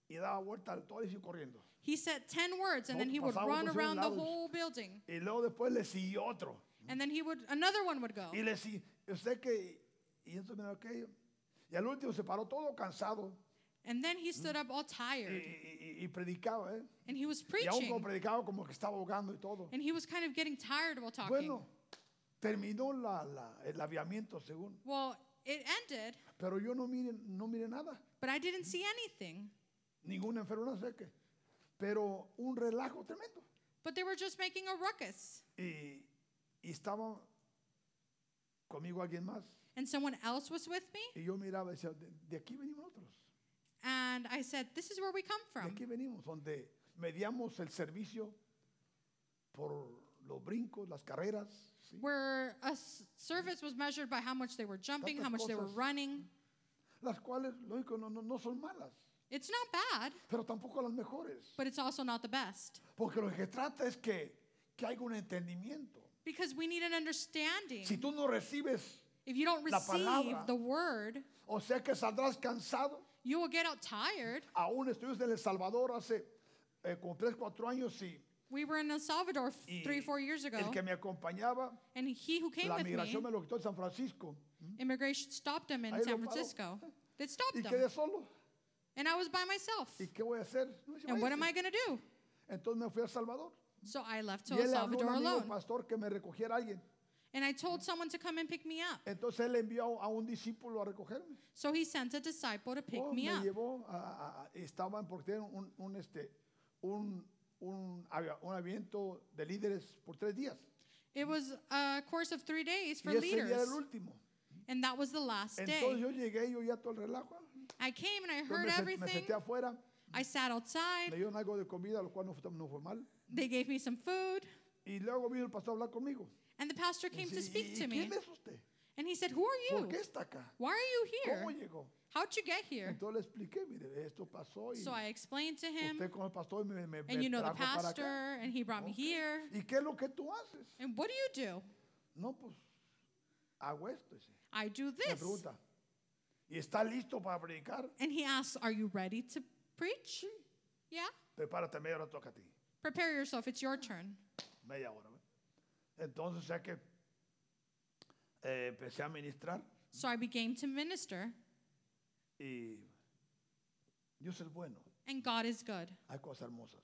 [SPEAKER 1] y daba vuelta al todo y siguió corriendo.
[SPEAKER 2] he said 10 words and then he would
[SPEAKER 1] Pasaba
[SPEAKER 2] run
[SPEAKER 1] por un
[SPEAKER 2] around the
[SPEAKER 1] lado.
[SPEAKER 2] whole building.
[SPEAKER 1] Y luego después le siguió otro.
[SPEAKER 2] And then he would, another one would go.
[SPEAKER 1] Y le siguió, usted que, y entonces mira aquello. Y al último se paró todo cansado
[SPEAKER 2] And then he stood up all
[SPEAKER 1] Mm. y,
[SPEAKER 2] tired
[SPEAKER 1] y- y- y predicaba, ¿eh?
[SPEAKER 2] and he was
[SPEAKER 1] Y aún como
[SPEAKER 2] preaching.
[SPEAKER 1] predicaba como que estaba ahogando y todo.
[SPEAKER 2] And he was kind of getting tired while talking.
[SPEAKER 1] Bueno, terminó la- la- el aviamiento según.
[SPEAKER 2] Well, it ended,
[SPEAKER 1] Pero yo no mire, no mire nada.
[SPEAKER 2] but I didn't see anything.
[SPEAKER 1] Ninguna enfermedad, sé qué. Pero un relajo tremendo.
[SPEAKER 2] But they were just making a ruckus.
[SPEAKER 1] Y, y estaba conmigo alguien más.
[SPEAKER 2] And someone else was with me.
[SPEAKER 1] Y yo miraba y decía, de, de aquí venimos nosotros.
[SPEAKER 2] And I said, This is where we come
[SPEAKER 1] De
[SPEAKER 2] from.
[SPEAKER 1] aquí venimos, donde mediamos el servicio por los brincos, las carreras. ¿sí?
[SPEAKER 2] Where a s- service was measured by how much they were jumping, how much they were
[SPEAKER 1] Tantas cosas.
[SPEAKER 2] running.
[SPEAKER 1] Las cuales, lógico, no, no, no son malas,
[SPEAKER 2] It's not bad,
[SPEAKER 1] pero tampoco las mejores.
[SPEAKER 2] but it's also not the best.
[SPEAKER 1] Porque lo que trata es que, que haya un entendimiento.
[SPEAKER 2] Because we need an understanding.
[SPEAKER 1] Si tú no recibes,
[SPEAKER 2] If you don't
[SPEAKER 1] la
[SPEAKER 2] receive
[SPEAKER 1] palabra-
[SPEAKER 2] the word,
[SPEAKER 1] o sea que saldrás cansado.
[SPEAKER 2] you will get out tired.
[SPEAKER 1] Aún estuviste en El Salvador hace eh, como 3, 4 años y
[SPEAKER 2] We were in El Salvador f-
[SPEAKER 1] Y
[SPEAKER 2] three, four years ago,
[SPEAKER 1] el que me acompañaba,
[SPEAKER 2] and he who came
[SPEAKER 1] la
[SPEAKER 2] with me,
[SPEAKER 1] migración me lo quitó en San Francisco.
[SPEAKER 2] immigration stopped him in
[SPEAKER 1] Ahí
[SPEAKER 2] San
[SPEAKER 1] lo paró.
[SPEAKER 2] Francisco. They
[SPEAKER 1] Y
[SPEAKER 2] stopped
[SPEAKER 1] quedé
[SPEAKER 2] him,
[SPEAKER 1] solo.
[SPEAKER 2] and I was by myself.
[SPEAKER 1] ¿Y qué voy a hacer? No, dice,
[SPEAKER 2] And what
[SPEAKER 1] "Váyase".
[SPEAKER 2] am I going to do?
[SPEAKER 1] Entonces me fui a El Salvador.
[SPEAKER 2] So I left to
[SPEAKER 1] y
[SPEAKER 2] El
[SPEAKER 1] él le habló a un
[SPEAKER 2] Salvador
[SPEAKER 1] amigo
[SPEAKER 2] alone,
[SPEAKER 1] pastor que me recogiera alguien.
[SPEAKER 2] and I told someone to come and pick me up.
[SPEAKER 1] Entonces él envió a un discípulo a recogerme.
[SPEAKER 2] So he sent a disciple to pick
[SPEAKER 1] Oh,
[SPEAKER 2] me
[SPEAKER 1] me
[SPEAKER 2] up.
[SPEAKER 1] llevó a, a- a- estaban porque tenían un, un, este un un, avia- un aviento de líderes por tres días.
[SPEAKER 2] It was a course of three days for
[SPEAKER 1] y ese día era
[SPEAKER 2] leaders,
[SPEAKER 1] el último.
[SPEAKER 2] and that was the last
[SPEAKER 1] Entonces
[SPEAKER 2] day.
[SPEAKER 1] yo llegué y yo ya todo el relajo.
[SPEAKER 2] I came and I
[SPEAKER 1] Yo
[SPEAKER 2] heard
[SPEAKER 1] me, se- me
[SPEAKER 2] everything.
[SPEAKER 1] senté afuera,
[SPEAKER 2] I sat
[SPEAKER 1] me
[SPEAKER 2] outside.
[SPEAKER 1] dieron algo de comida, lo cual no fue, no fue mal.
[SPEAKER 2] They gave me some food,
[SPEAKER 1] Y luego vino el pastor a hablar conmigo.
[SPEAKER 2] and the pastor
[SPEAKER 1] Y
[SPEAKER 2] came
[SPEAKER 1] dice,
[SPEAKER 2] to speak
[SPEAKER 1] "¿Y
[SPEAKER 2] to me.
[SPEAKER 1] ¿Quién es usted?
[SPEAKER 2] And he said, Who are
[SPEAKER 1] ¿Por
[SPEAKER 2] you?
[SPEAKER 1] qué está acá?
[SPEAKER 2] Why are you
[SPEAKER 1] ¿Cómo
[SPEAKER 2] here?
[SPEAKER 1] llegó?
[SPEAKER 2] How'd you get here?
[SPEAKER 1] Entonces le expliqué, mire, esto pasó y
[SPEAKER 2] So I explained to him,
[SPEAKER 1] usted con el pastor me, me, me
[SPEAKER 2] and you know the
[SPEAKER 1] trajo para acá.
[SPEAKER 2] pastor, and he brought me
[SPEAKER 1] Ok.
[SPEAKER 2] here.
[SPEAKER 1] ¿Y qué es lo que tú haces?
[SPEAKER 2] And what do you do?
[SPEAKER 1] No, pues hago esto. dice.
[SPEAKER 2] I
[SPEAKER 1] Me
[SPEAKER 2] do this.
[SPEAKER 1] pregunta. ¿Y está listo para predicar?
[SPEAKER 2] And he asks, Are you ready to preach? Yeah.
[SPEAKER 1] Prepárate, media hora toca a ti.
[SPEAKER 2] Prepare yourself, it's your turn.
[SPEAKER 1] Media hora. ¿ve? Entonces, o sea que eh, empecé a ministrar
[SPEAKER 2] So I began to minister,
[SPEAKER 1] y Dios es bueno.
[SPEAKER 2] and God is good.
[SPEAKER 1] Hay cosas hermosas.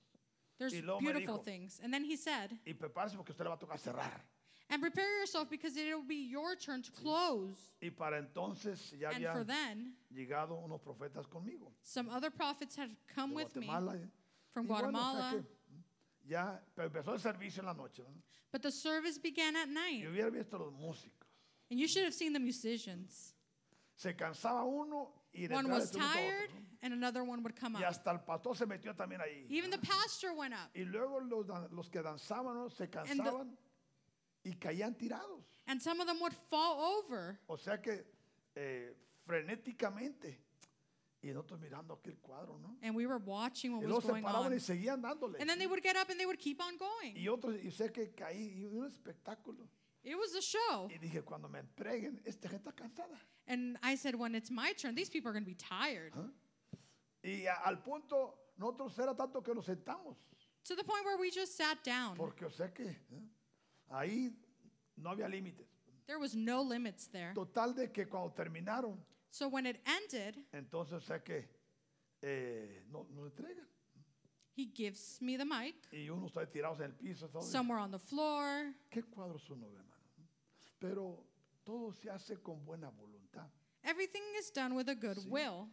[SPEAKER 2] There's
[SPEAKER 1] Y luego me
[SPEAKER 2] beautiful
[SPEAKER 1] dijo-
[SPEAKER 2] things. And then he said,
[SPEAKER 1] Y prepárese porque a usted le va a tocar cerrar.
[SPEAKER 2] And prepare yourself because it'll be your turn to close.
[SPEAKER 1] Y para entonces ya
[SPEAKER 2] And for
[SPEAKER 1] habían
[SPEAKER 2] then,
[SPEAKER 1] llegado unos profetas conmigo.
[SPEAKER 2] some other prophets had come
[SPEAKER 1] de
[SPEAKER 2] with me
[SPEAKER 1] Guatemala, ¿eh?
[SPEAKER 2] from
[SPEAKER 1] Y bueno, o sea
[SPEAKER 2] Guatemala.
[SPEAKER 1] que, mm, ya pero empezó el servicio en la noche. ¿no?
[SPEAKER 2] But the service began at night,
[SPEAKER 1] Y hubiera visto a los músicos.
[SPEAKER 2] and you should have seen the musicians.
[SPEAKER 1] Se cansaba uno y
[SPEAKER 2] One
[SPEAKER 1] detrás
[SPEAKER 2] was
[SPEAKER 1] le tocaba otro,
[SPEAKER 2] tired,
[SPEAKER 1] ¿no?
[SPEAKER 2] and another one would come
[SPEAKER 1] Y
[SPEAKER 2] up.
[SPEAKER 1] hasta el pastor se metió también ahí.
[SPEAKER 2] Even the pastor went up,
[SPEAKER 1] Y luego los, dan- los que danzaban ¿no? se cansaban y caían tirados.
[SPEAKER 2] and some of them would fall over.
[SPEAKER 1] O sea que eh, frenéticamente. Y nosotros mirando aquel cuadro, ¿no?
[SPEAKER 2] And we were watching
[SPEAKER 1] Y
[SPEAKER 2] what
[SPEAKER 1] luego
[SPEAKER 2] was
[SPEAKER 1] se
[SPEAKER 2] going
[SPEAKER 1] paraban y
[SPEAKER 2] on.
[SPEAKER 1] seguían dándole.
[SPEAKER 2] And then they would get up and they would keep on going.
[SPEAKER 1] Y otros, y sé que caí, y un espectáculo.
[SPEAKER 2] It was a show.
[SPEAKER 1] Y dije, cuando me entreguen, esta gente está cansada.
[SPEAKER 2] And I said, when it's my turn, these people are going to be tired.
[SPEAKER 1] Y a- al punto, nosotros era tanto que nos sentamos.
[SPEAKER 2] To the point where we just sat down.
[SPEAKER 1] Porque, o sea que ¿eh? ahí no había límites.
[SPEAKER 2] There was no limits there.
[SPEAKER 1] Total de que cuando terminaron,
[SPEAKER 2] So when it ended,
[SPEAKER 1] entonces, o sea que eh, no- nos entregan.
[SPEAKER 2] he gives me the mic
[SPEAKER 1] Y uno está tirado en el piso. todo.
[SPEAKER 2] somewhere on the floor.
[SPEAKER 1] ¿Qué cuadros uno ve, hermano? Pero todo se hace con buena voluntad.
[SPEAKER 2] Everything is done with a good
[SPEAKER 1] Sí.
[SPEAKER 2] will.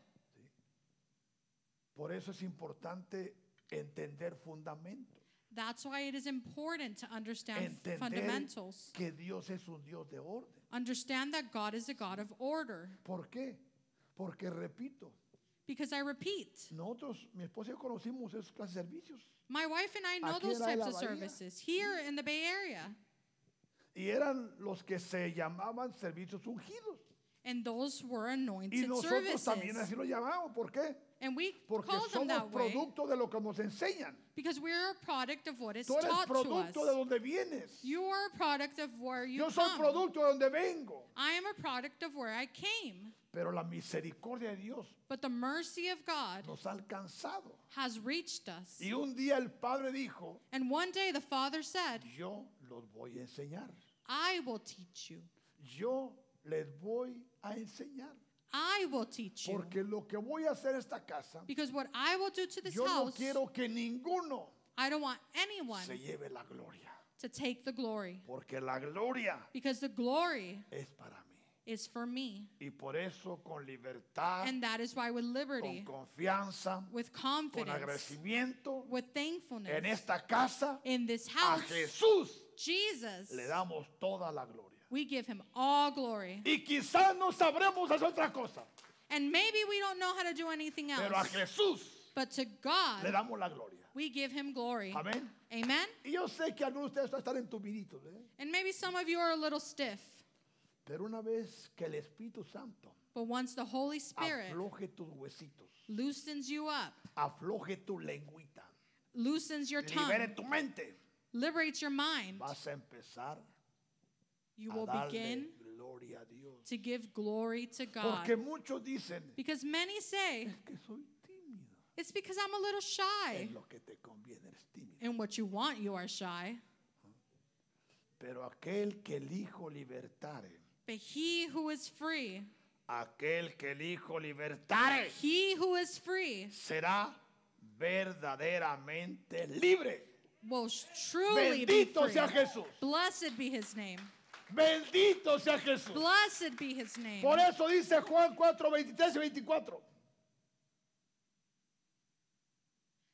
[SPEAKER 1] Por eso es importante entender fundamentos.
[SPEAKER 2] That's why it is important to understand f-
[SPEAKER 1] Entender
[SPEAKER 2] fundamentals.
[SPEAKER 1] que Dios es un Dios de orden.
[SPEAKER 2] Understand that God is a God of order.
[SPEAKER 1] ¿Por qué? Porque repito,
[SPEAKER 2] Because I repeat,
[SPEAKER 1] nosotros, mi esposa y yo conocimos esos clases de servicios.
[SPEAKER 2] my wife and I know
[SPEAKER 1] Aquí en
[SPEAKER 2] those
[SPEAKER 1] la
[SPEAKER 2] types of
[SPEAKER 1] Bahía.
[SPEAKER 2] services here in the Bay Area.
[SPEAKER 1] y eran los que se llamaban servicios ungidos.
[SPEAKER 2] And those were
[SPEAKER 1] Y
[SPEAKER 2] anointed
[SPEAKER 1] nosotros
[SPEAKER 2] services.
[SPEAKER 1] también así lo llamamos. ¿Por qué?
[SPEAKER 2] And we
[SPEAKER 1] Porque
[SPEAKER 2] call them
[SPEAKER 1] somos
[SPEAKER 2] that way
[SPEAKER 1] producto de lo que nos enseñan.
[SPEAKER 2] because we're a product of what is
[SPEAKER 1] Tú eres
[SPEAKER 2] taught to us.
[SPEAKER 1] producto de donde vienes.
[SPEAKER 2] You are a product of where you
[SPEAKER 1] Yo soy
[SPEAKER 2] come.
[SPEAKER 1] producto de donde vengo.
[SPEAKER 2] I am a product of where I came.
[SPEAKER 1] Pero la misericordia de Dios
[SPEAKER 2] But the mercy of God
[SPEAKER 1] nos ha alcanzado.
[SPEAKER 2] has reached us.
[SPEAKER 1] Y un día el Padre dijo,
[SPEAKER 2] And one day the Father said,
[SPEAKER 1] yo los voy a enseñar.
[SPEAKER 2] I will teach you.
[SPEAKER 1] Yo les voy a enseñar.
[SPEAKER 2] I will teach you.
[SPEAKER 1] Porque lo que voy a hacer en esta casa,
[SPEAKER 2] Because what I will do to this
[SPEAKER 1] yo no
[SPEAKER 2] house,
[SPEAKER 1] quiero que ninguno
[SPEAKER 2] I don't want anyone
[SPEAKER 1] se lleve la gloria.
[SPEAKER 2] to take the glory.
[SPEAKER 1] Porque la gloria
[SPEAKER 2] Because the glory
[SPEAKER 1] es para mí.
[SPEAKER 2] is for me.
[SPEAKER 1] Y por eso con libertad,
[SPEAKER 2] And that is why with
[SPEAKER 1] Ah, con
[SPEAKER 2] liberty,
[SPEAKER 1] confianza,
[SPEAKER 2] with
[SPEAKER 1] con
[SPEAKER 2] confidence,
[SPEAKER 1] agradecimiento,
[SPEAKER 2] with
[SPEAKER 1] en
[SPEAKER 2] thankfulness,
[SPEAKER 1] esta casa,
[SPEAKER 2] in this
[SPEAKER 1] a
[SPEAKER 2] house,
[SPEAKER 1] Jesús
[SPEAKER 2] Jesus,
[SPEAKER 1] le damos toda la gloria.
[SPEAKER 2] we give him all glory.
[SPEAKER 1] Y quizás no sabremos hacer otra cosa,
[SPEAKER 2] And maybe we don't know how to do anything
[SPEAKER 1] pero a
[SPEAKER 2] else,
[SPEAKER 1] Jesús
[SPEAKER 2] but to
[SPEAKER 1] le
[SPEAKER 2] God,
[SPEAKER 1] damos la gloria.
[SPEAKER 2] we give him glory.
[SPEAKER 1] Amén.
[SPEAKER 2] Amen.
[SPEAKER 1] Y yo sé que algunos de ustedes están en tubiditos, ¿eh?
[SPEAKER 2] And maybe some of you are a little stiff,
[SPEAKER 1] pero una vez que el Espíritu Santo
[SPEAKER 2] but once the Holy Spirit
[SPEAKER 1] afloje tus huesitos,
[SPEAKER 2] loosens you up,
[SPEAKER 1] afloje tu lengüita,
[SPEAKER 2] loosens your
[SPEAKER 1] libere
[SPEAKER 2] tongue,
[SPEAKER 1] tu mente,
[SPEAKER 2] liberates your mind,
[SPEAKER 1] vas a empezar
[SPEAKER 2] you
[SPEAKER 1] a
[SPEAKER 2] will begin
[SPEAKER 1] darle gloria a Dios.
[SPEAKER 2] to give glory to
[SPEAKER 1] Porque
[SPEAKER 2] God.
[SPEAKER 1] muchos dicen
[SPEAKER 2] Because many say,
[SPEAKER 1] que soy tímido.
[SPEAKER 2] it's because I'm a little shy.
[SPEAKER 1] Es lo que te conviene, eres tímido.
[SPEAKER 2] And what you want, you are shy.
[SPEAKER 1] Pero aquel que el Hijo libertare,
[SPEAKER 2] But he who is free,
[SPEAKER 1] aquel que el Hijo libertare,
[SPEAKER 2] he who is free,
[SPEAKER 1] será verdaderamente libre.
[SPEAKER 2] will sh- truly be
[SPEAKER 1] Bendito
[SPEAKER 2] free.
[SPEAKER 1] sea Jesús.
[SPEAKER 2] Blessed be his name.
[SPEAKER 1] Bendito sea Jesús.
[SPEAKER 2] Blessed be his name.
[SPEAKER 1] Por e-, eso dice Juan 4, 23 y 24.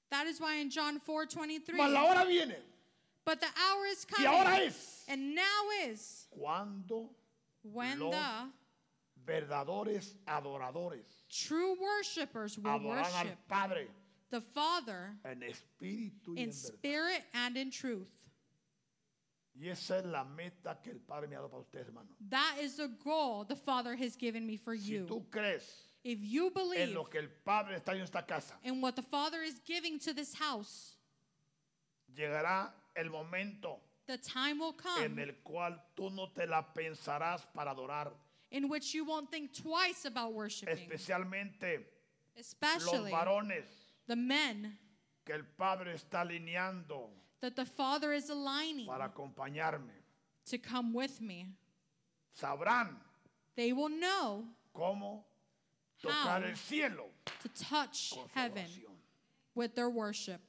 [SPEAKER 2] That is why in John 4 23,
[SPEAKER 1] Mas la hora viene
[SPEAKER 2] but the hour is
[SPEAKER 1] y
[SPEAKER 2] coming.
[SPEAKER 1] ahora es
[SPEAKER 2] And now is
[SPEAKER 1] cuando
[SPEAKER 2] when
[SPEAKER 1] Los
[SPEAKER 2] the
[SPEAKER 1] verdaderos adoradores
[SPEAKER 2] true worshipers will
[SPEAKER 1] adorarán
[SPEAKER 2] worship
[SPEAKER 1] al Padre
[SPEAKER 2] the Father
[SPEAKER 1] en espíritu y en
[SPEAKER 2] in
[SPEAKER 1] verdad.
[SPEAKER 2] spirit and in truth.
[SPEAKER 1] Y esa es la meta que el Padre me ha dado para usted, hermano.
[SPEAKER 2] That is the goal the Father has given me for
[SPEAKER 1] Si
[SPEAKER 2] you.
[SPEAKER 1] tú crees
[SPEAKER 2] If you
[SPEAKER 1] en
[SPEAKER 2] believe
[SPEAKER 1] lo que el Padre está en esta casa,
[SPEAKER 2] in what the Father is giving to this house,
[SPEAKER 1] llegará el momento
[SPEAKER 2] the time will
[SPEAKER 1] en
[SPEAKER 2] come
[SPEAKER 1] el cual tú no te la pensarás para adorar,
[SPEAKER 2] in which you won't think twice about worshiping,
[SPEAKER 1] especialmente los
[SPEAKER 2] especially
[SPEAKER 1] varones
[SPEAKER 2] the men
[SPEAKER 1] que el Padre está alineando
[SPEAKER 2] that the Father is aligning
[SPEAKER 1] para acompañarme.
[SPEAKER 2] to come with me.
[SPEAKER 1] Sabrán
[SPEAKER 2] They will know
[SPEAKER 1] cómo tocar
[SPEAKER 2] How?
[SPEAKER 1] el cielo
[SPEAKER 2] to touch
[SPEAKER 1] con su
[SPEAKER 2] heaven
[SPEAKER 1] oración.
[SPEAKER 2] with their worship.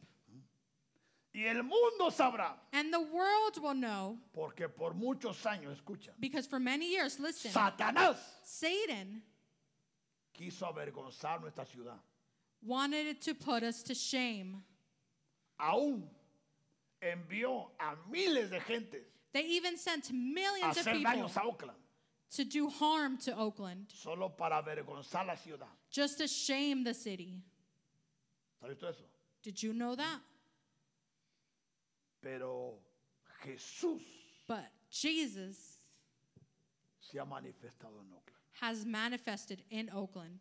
[SPEAKER 1] Y el mundo sabrá,
[SPEAKER 2] And the world will know
[SPEAKER 1] porque por muchos años, escucha,
[SPEAKER 2] because for many years, listen,
[SPEAKER 1] Satanás
[SPEAKER 2] Satan
[SPEAKER 1] quiso avergonzar nuestra ciudad.
[SPEAKER 2] wanted it to put us to shame.
[SPEAKER 1] Aún envió a miles de gente
[SPEAKER 2] They even sent
[SPEAKER 1] a
[SPEAKER 2] millions of
[SPEAKER 1] hacer
[SPEAKER 2] people
[SPEAKER 1] daños a Oakland,
[SPEAKER 2] to do harm to Oakland
[SPEAKER 1] solo para avergonzar la ciudad.
[SPEAKER 2] just to shame the city.
[SPEAKER 1] ¿Sabe usted eso?
[SPEAKER 2] Did you know that?
[SPEAKER 1] Pero Jesús
[SPEAKER 2] But Jesus
[SPEAKER 1] se ha manifestado en Oakland
[SPEAKER 2] has manifested in Oakland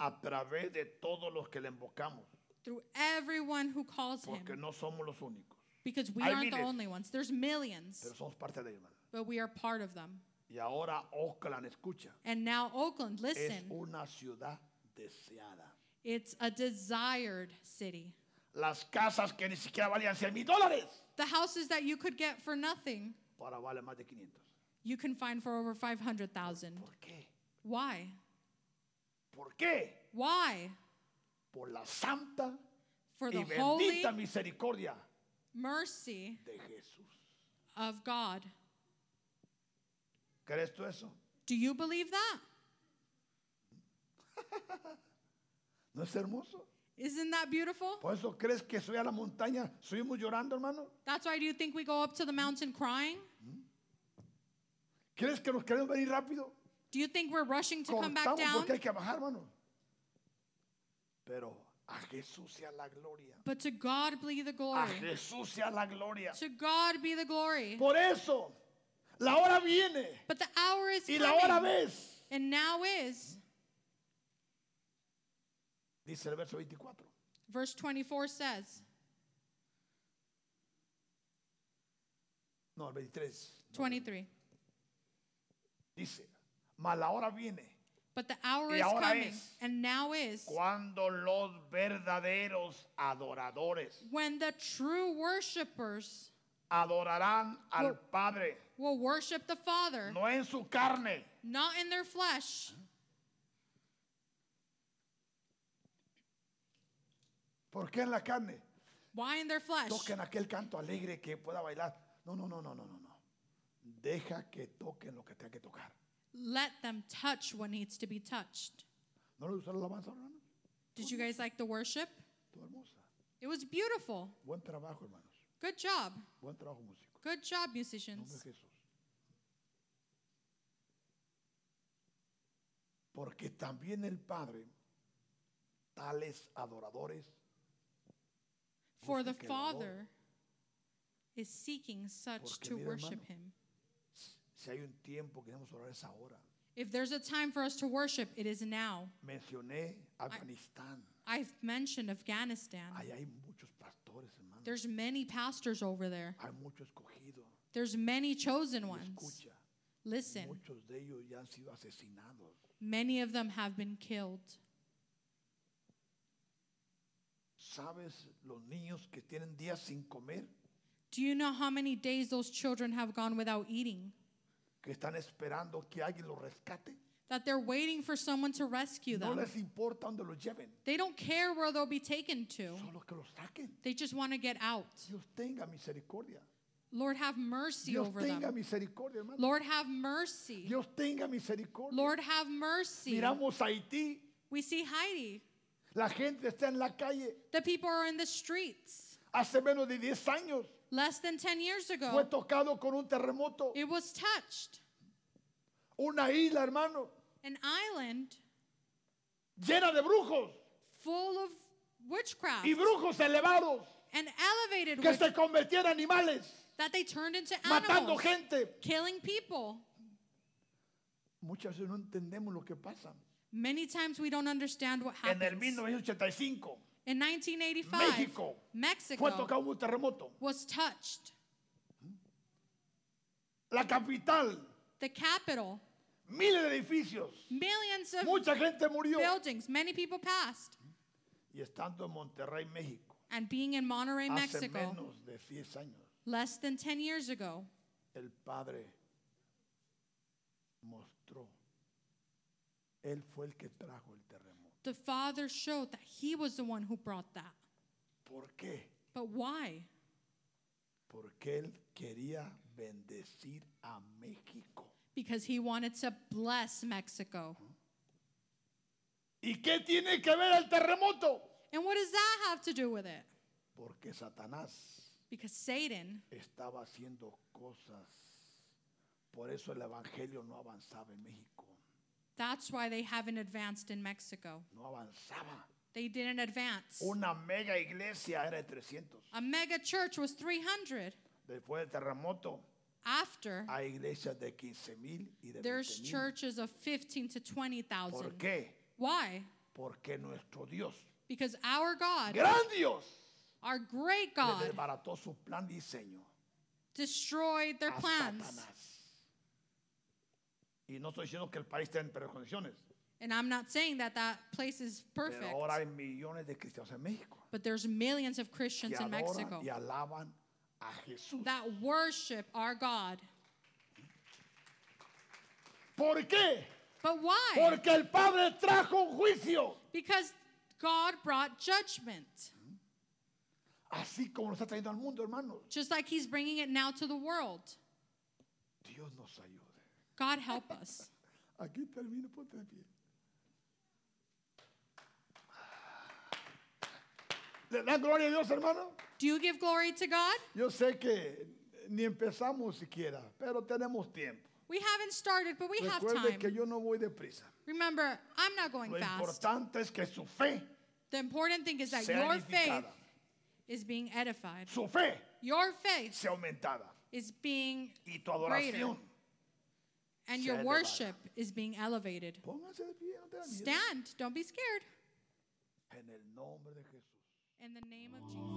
[SPEAKER 1] a través de todos los que le invocamos,
[SPEAKER 2] through everyone who calls
[SPEAKER 1] porque
[SPEAKER 2] him
[SPEAKER 1] no somos los únicos,
[SPEAKER 2] because we
[SPEAKER 1] hay
[SPEAKER 2] aren't the
[SPEAKER 1] miles.
[SPEAKER 2] only ones. There's millions,
[SPEAKER 1] pero somos parte de ellos. hermano.
[SPEAKER 2] but we are part of them.
[SPEAKER 1] Y ahora Oakland, escucha,
[SPEAKER 2] And now, Oakland,
[SPEAKER 1] es
[SPEAKER 2] listen,
[SPEAKER 1] una ciudad deseada.
[SPEAKER 2] it's a desired city.
[SPEAKER 1] Las casas que ni siquiera valían 100 mil dólares,
[SPEAKER 2] The houses that you could get for nothing,
[SPEAKER 1] ahora valen más de 500.
[SPEAKER 2] you can find for over 500,000.
[SPEAKER 1] ¿Por qué?
[SPEAKER 2] Why?
[SPEAKER 1] ¿Por qué?
[SPEAKER 2] Why?
[SPEAKER 1] Por la santa
[SPEAKER 2] For
[SPEAKER 1] y
[SPEAKER 2] the holy
[SPEAKER 1] bendita misericordia
[SPEAKER 2] mercy
[SPEAKER 1] de Jesús.
[SPEAKER 2] of God.
[SPEAKER 1] ¿Crees tú eso?
[SPEAKER 2] Do you believe that?
[SPEAKER 1] ¿No es hermoso?
[SPEAKER 2] Isn't that beautiful?
[SPEAKER 1] Por eso crees que soy a la montaña, subimos llorando, hermano.
[SPEAKER 2] That's why do you think we go up to the mountain crying?
[SPEAKER 1] ¿Crees que nos queremos venir rápido?
[SPEAKER 2] Do you think we're rushing to come back
[SPEAKER 1] Cortamos
[SPEAKER 2] down?
[SPEAKER 1] porque hay que bajar, hermano. Pero a Jesús sea la gloria.
[SPEAKER 2] But to God be the
[SPEAKER 1] A
[SPEAKER 2] glory.
[SPEAKER 1] Jesús sea la gloria.
[SPEAKER 2] To God be the glory.
[SPEAKER 1] Por eso La hora viene
[SPEAKER 2] But the hour is
[SPEAKER 1] y la hora
[SPEAKER 2] coming.
[SPEAKER 1] ves,
[SPEAKER 2] And now is,
[SPEAKER 1] dice el verso 24.
[SPEAKER 2] verse 24 says,
[SPEAKER 1] No, el 23.
[SPEAKER 2] 23.
[SPEAKER 1] Dice, mas la hora viene
[SPEAKER 2] But the hour
[SPEAKER 1] Y
[SPEAKER 2] is
[SPEAKER 1] ahora
[SPEAKER 2] coming.
[SPEAKER 1] es.
[SPEAKER 2] And now is,
[SPEAKER 1] cuando los verdaderos adoradores
[SPEAKER 2] when the true worshipers
[SPEAKER 1] adorarán al
[SPEAKER 2] Well-
[SPEAKER 1] Padre,
[SPEAKER 2] will worship the Father,
[SPEAKER 1] no en su carne,
[SPEAKER 2] not in their flesh,
[SPEAKER 1] ¿Por qué en la carne?
[SPEAKER 2] why in their flesh?
[SPEAKER 1] Toquen aquel canto alegre que pueda bailar. No, no, no, no, no, no, no. Deja que toquen lo que tenga que tocar.
[SPEAKER 2] Let them touch what needs to be touched.
[SPEAKER 1] ¿No le gustó la alabanza, hermanos?
[SPEAKER 2] Did you guys like the worship?
[SPEAKER 1] Todo hermosa.
[SPEAKER 2] It was beautiful.
[SPEAKER 1] Buen trabajo, hermanos.
[SPEAKER 2] Good job.
[SPEAKER 1] Buen trabajo, músico.
[SPEAKER 2] Good job,
[SPEAKER 1] En nombre de
[SPEAKER 2] musicians.
[SPEAKER 1] Jesús. Porque también el Padre, tales adoradores,
[SPEAKER 2] For
[SPEAKER 1] busca
[SPEAKER 2] the
[SPEAKER 1] que lo adore.
[SPEAKER 2] Father is seeking such
[SPEAKER 1] Porque
[SPEAKER 2] to
[SPEAKER 1] mira,
[SPEAKER 2] worship
[SPEAKER 1] hermano.
[SPEAKER 2] Him.
[SPEAKER 1] Si hay un tiempo que debemos orar esa hora.
[SPEAKER 2] If there's a time for us to worship, it is now.
[SPEAKER 1] Mencioné Afganistán.
[SPEAKER 2] I've mentioned Afghanistan.
[SPEAKER 1] Allá hay muchos pastores, hermanos.
[SPEAKER 2] There's many pastors over there.
[SPEAKER 1] Hay muchos escogidos.
[SPEAKER 2] There's many chosen
[SPEAKER 1] Y
[SPEAKER 2] ones.
[SPEAKER 1] Escucha.
[SPEAKER 2] Listen,
[SPEAKER 1] Muchos de ellos ya han sido asesinados.
[SPEAKER 2] many of them have been killed.
[SPEAKER 1] ¿Sabes los niños que tienen días sin comer?
[SPEAKER 2] Do you know how many days those children have gone without eating?
[SPEAKER 1] Que están esperando que alguien los rescate.
[SPEAKER 2] That they're waiting for someone to rescue
[SPEAKER 1] No
[SPEAKER 2] them.
[SPEAKER 1] les importa dónde los lleven.
[SPEAKER 2] They don't care where they'll be taken to.
[SPEAKER 1] Solo que los saquen.
[SPEAKER 2] They just want to get out.
[SPEAKER 1] Dios tenga misericordia.
[SPEAKER 2] Lord, have mercy
[SPEAKER 1] Dios
[SPEAKER 2] over
[SPEAKER 1] tenga
[SPEAKER 2] them.
[SPEAKER 1] misericordia, hermano.
[SPEAKER 2] Lord, have mercy.
[SPEAKER 1] Dios tenga misericordia.
[SPEAKER 2] Lord, have mercy.
[SPEAKER 1] Miramos Haití.
[SPEAKER 2] We see Heidi.
[SPEAKER 1] La gente está en la calle.
[SPEAKER 2] The people are in the streets.
[SPEAKER 1] Hace menos de 10 años
[SPEAKER 2] Less than 10 years
[SPEAKER 1] fue
[SPEAKER 2] ago,
[SPEAKER 1] tocado con un terremoto.
[SPEAKER 2] Oh. it was touched.
[SPEAKER 1] Una isla, hermano,
[SPEAKER 2] An island
[SPEAKER 1] llena de brujos
[SPEAKER 2] full of witchcraft
[SPEAKER 1] y brujos elevados
[SPEAKER 2] and elevated
[SPEAKER 1] que
[SPEAKER 2] witch
[SPEAKER 1] se convertían en animales,
[SPEAKER 2] that they turned into
[SPEAKER 1] matando
[SPEAKER 2] animals,
[SPEAKER 1] gente.
[SPEAKER 2] killing people.
[SPEAKER 1] Muchas veces no entendemos lo que pasa.
[SPEAKER 2] Many times we don't understand what
[SPEAKER 1] En el
[SPEAKER 2] happens.
[SPEAKER 1] 1985
[SPEAKER 2] In 1985,
[SPEAKER 1] México fue
[SPEAKER 2] Mexico
[SPEAKER 1] tocado un terremoto.
[SPEAKER 2] was touched.
[SPEAKER 1] La capital,
[SPEAKER 2] The capital,
[SPEAKER 1] miles de edificios,
[SPEAKER 2] millions of
[SPEAKER 1] mucha gente murió.
[SPEAKER 2] buildings, many people passed.
[SPEAKER 1] Y estando en Monterrey, México,
[SPEAKER 2] And being in Monterrey,
[SPEAKER 1] hace
[SPEAKER 2] Mexico,
[SPEAKER 1] menos de 10 años,
[SPEAKER 2] less than 10 years ago,
[SPEAKER 1] el Padre mostró. Él fue el que trajo el terremoto.
[SPEAKER 2] the Father showed that He was the one who brought that.
[SPEAKER 1] ¿Por qué?
[SPEAKER 2] But why?
[SPEAKER 1] Porque él quería bendecir a México.
[SPEAKER 2] Because He wanted to bless Mexico.
[SPEAKER 1] ¿Y qué tiene que ver el terremoto?
[SPEAKER 2] And what does that have to do with it?
[SPEAKER 1] Porque Satanás
[SPEAKER 2] Because Satan
[SPEAKER 1] estaba haciendo cosas. Por eso el evangelio no avanzaba en México.
[SPEAKER 2] That's why they haven't advanced in Mexico.
[SPEAKER 1] No avanzaba.
[SPEAKER 2] They didn't advance.
[SPEAKER 1] Una mega iglesia era de 300.
[SPEAKER 2] A mega church was 300.
[SPEAKER 1] Después del terremoto
[SPEAKER 2] After,
[SPEAKER 1] hay iglesias de 15 mil y de 20
[SPEAKER 2] there's
[SPEAKER 1] mil.
[SPEAKER 2] churches of 15 to
[SPEAKER 1] ¿Por
[SPEAKER 2] 20,000.
[SPEAKER 1] qué?
[SPEAKER 2] Why?
[SPEAKER 1] Porque nuestro Dios,
[SPEAKER 2] Because our God,
[SPEAKER 1] gran Dios,
[SPEAKER 2] our great
[SPEAKER 1] le
[SPEAKER 2] God,
[SPEAKER 1] desbarató su plan diseño.
[SPEAKER 2] destroyed their
[SPEAKER 1] a
[SPEAKER 2] plans.
[SPEAKER 1] Satanás. Y no estoy diciendo que el país esté en peores condiciones.
[SPEAKER 2] And I'm not saying that that place is perfect,
[SPEAKER 1] Pero ahora hay millones de cristianos en México
[SPEAKER 2] but there's millions of
[SPEAKER 1] que
[SPEAKER 2] Christians in Mexico
[SPEAKER 1] adoran y alaban a Jesús.
[SPEAKER 2] that worship our God.
[SPEAKER 1] ¿Por qué?
[SPEAKER 2] But why?
[SPEAKER 1] Porque el Padre trajo un juicio.
[SPEAKER 2] Because God brought judgment.
[SPEAKER 1] Así como lo está trayendo al mundo, hermanos.
[SPEAKER 2] just like he's bringing it now to the world.
[SPEAKER 1] Dios nos ayude.
[SPEAKER 2] God help us.
[SPEAKER 1] Aquí termino, ponte de pie. ¿Le dan gloria a Dios, hermano?
[SPEAKER 2] Do you give glory to God?
[SPEAKER 1] Yo sé que ni empezamos siquiera, pero tenemos tiempo.
[SPEAKER 2] We haven't started, but we have
[SPEAKER 1] Recuerde que
[SPEAKER 2] time.
[SPEAKER 1] yo no voy deprisa.
[SPEAKER 2] Remember, I'm not going
[SPEAKER 1] Lo
[SPEAKER 2] fast.
[SPEAKER 1] importante es que su fe
[SPEAKER 2] The important thing is that
[SPEAKER 1] sea
[SPEAKER 2] your faith
[SPEAKER 1] edificada,
[SPEAKER 2] is being edified.
[SPEAKER 1] su fe
[SPEAKER 2] Your faith
[SPEAKER 1] sea aumentada.
[SPEAKER 2] is being
[SPEAKER 1] y tu adoración.
[SPEAKER 2] and
[SPEAKER 1] Se
[SPEAKER 2] your
[SPEAKER 1] elevada.
[SPEAKER 2] worship is being elevated.
[SPEAKER 1] Pónganse de pie, no tengan miedo.
[SPEAKER 2] Stand. Don't be scared.
[SPEAKER 1] En el nombre de Jesús.
[SPEAKER 2] In the name of Jesus.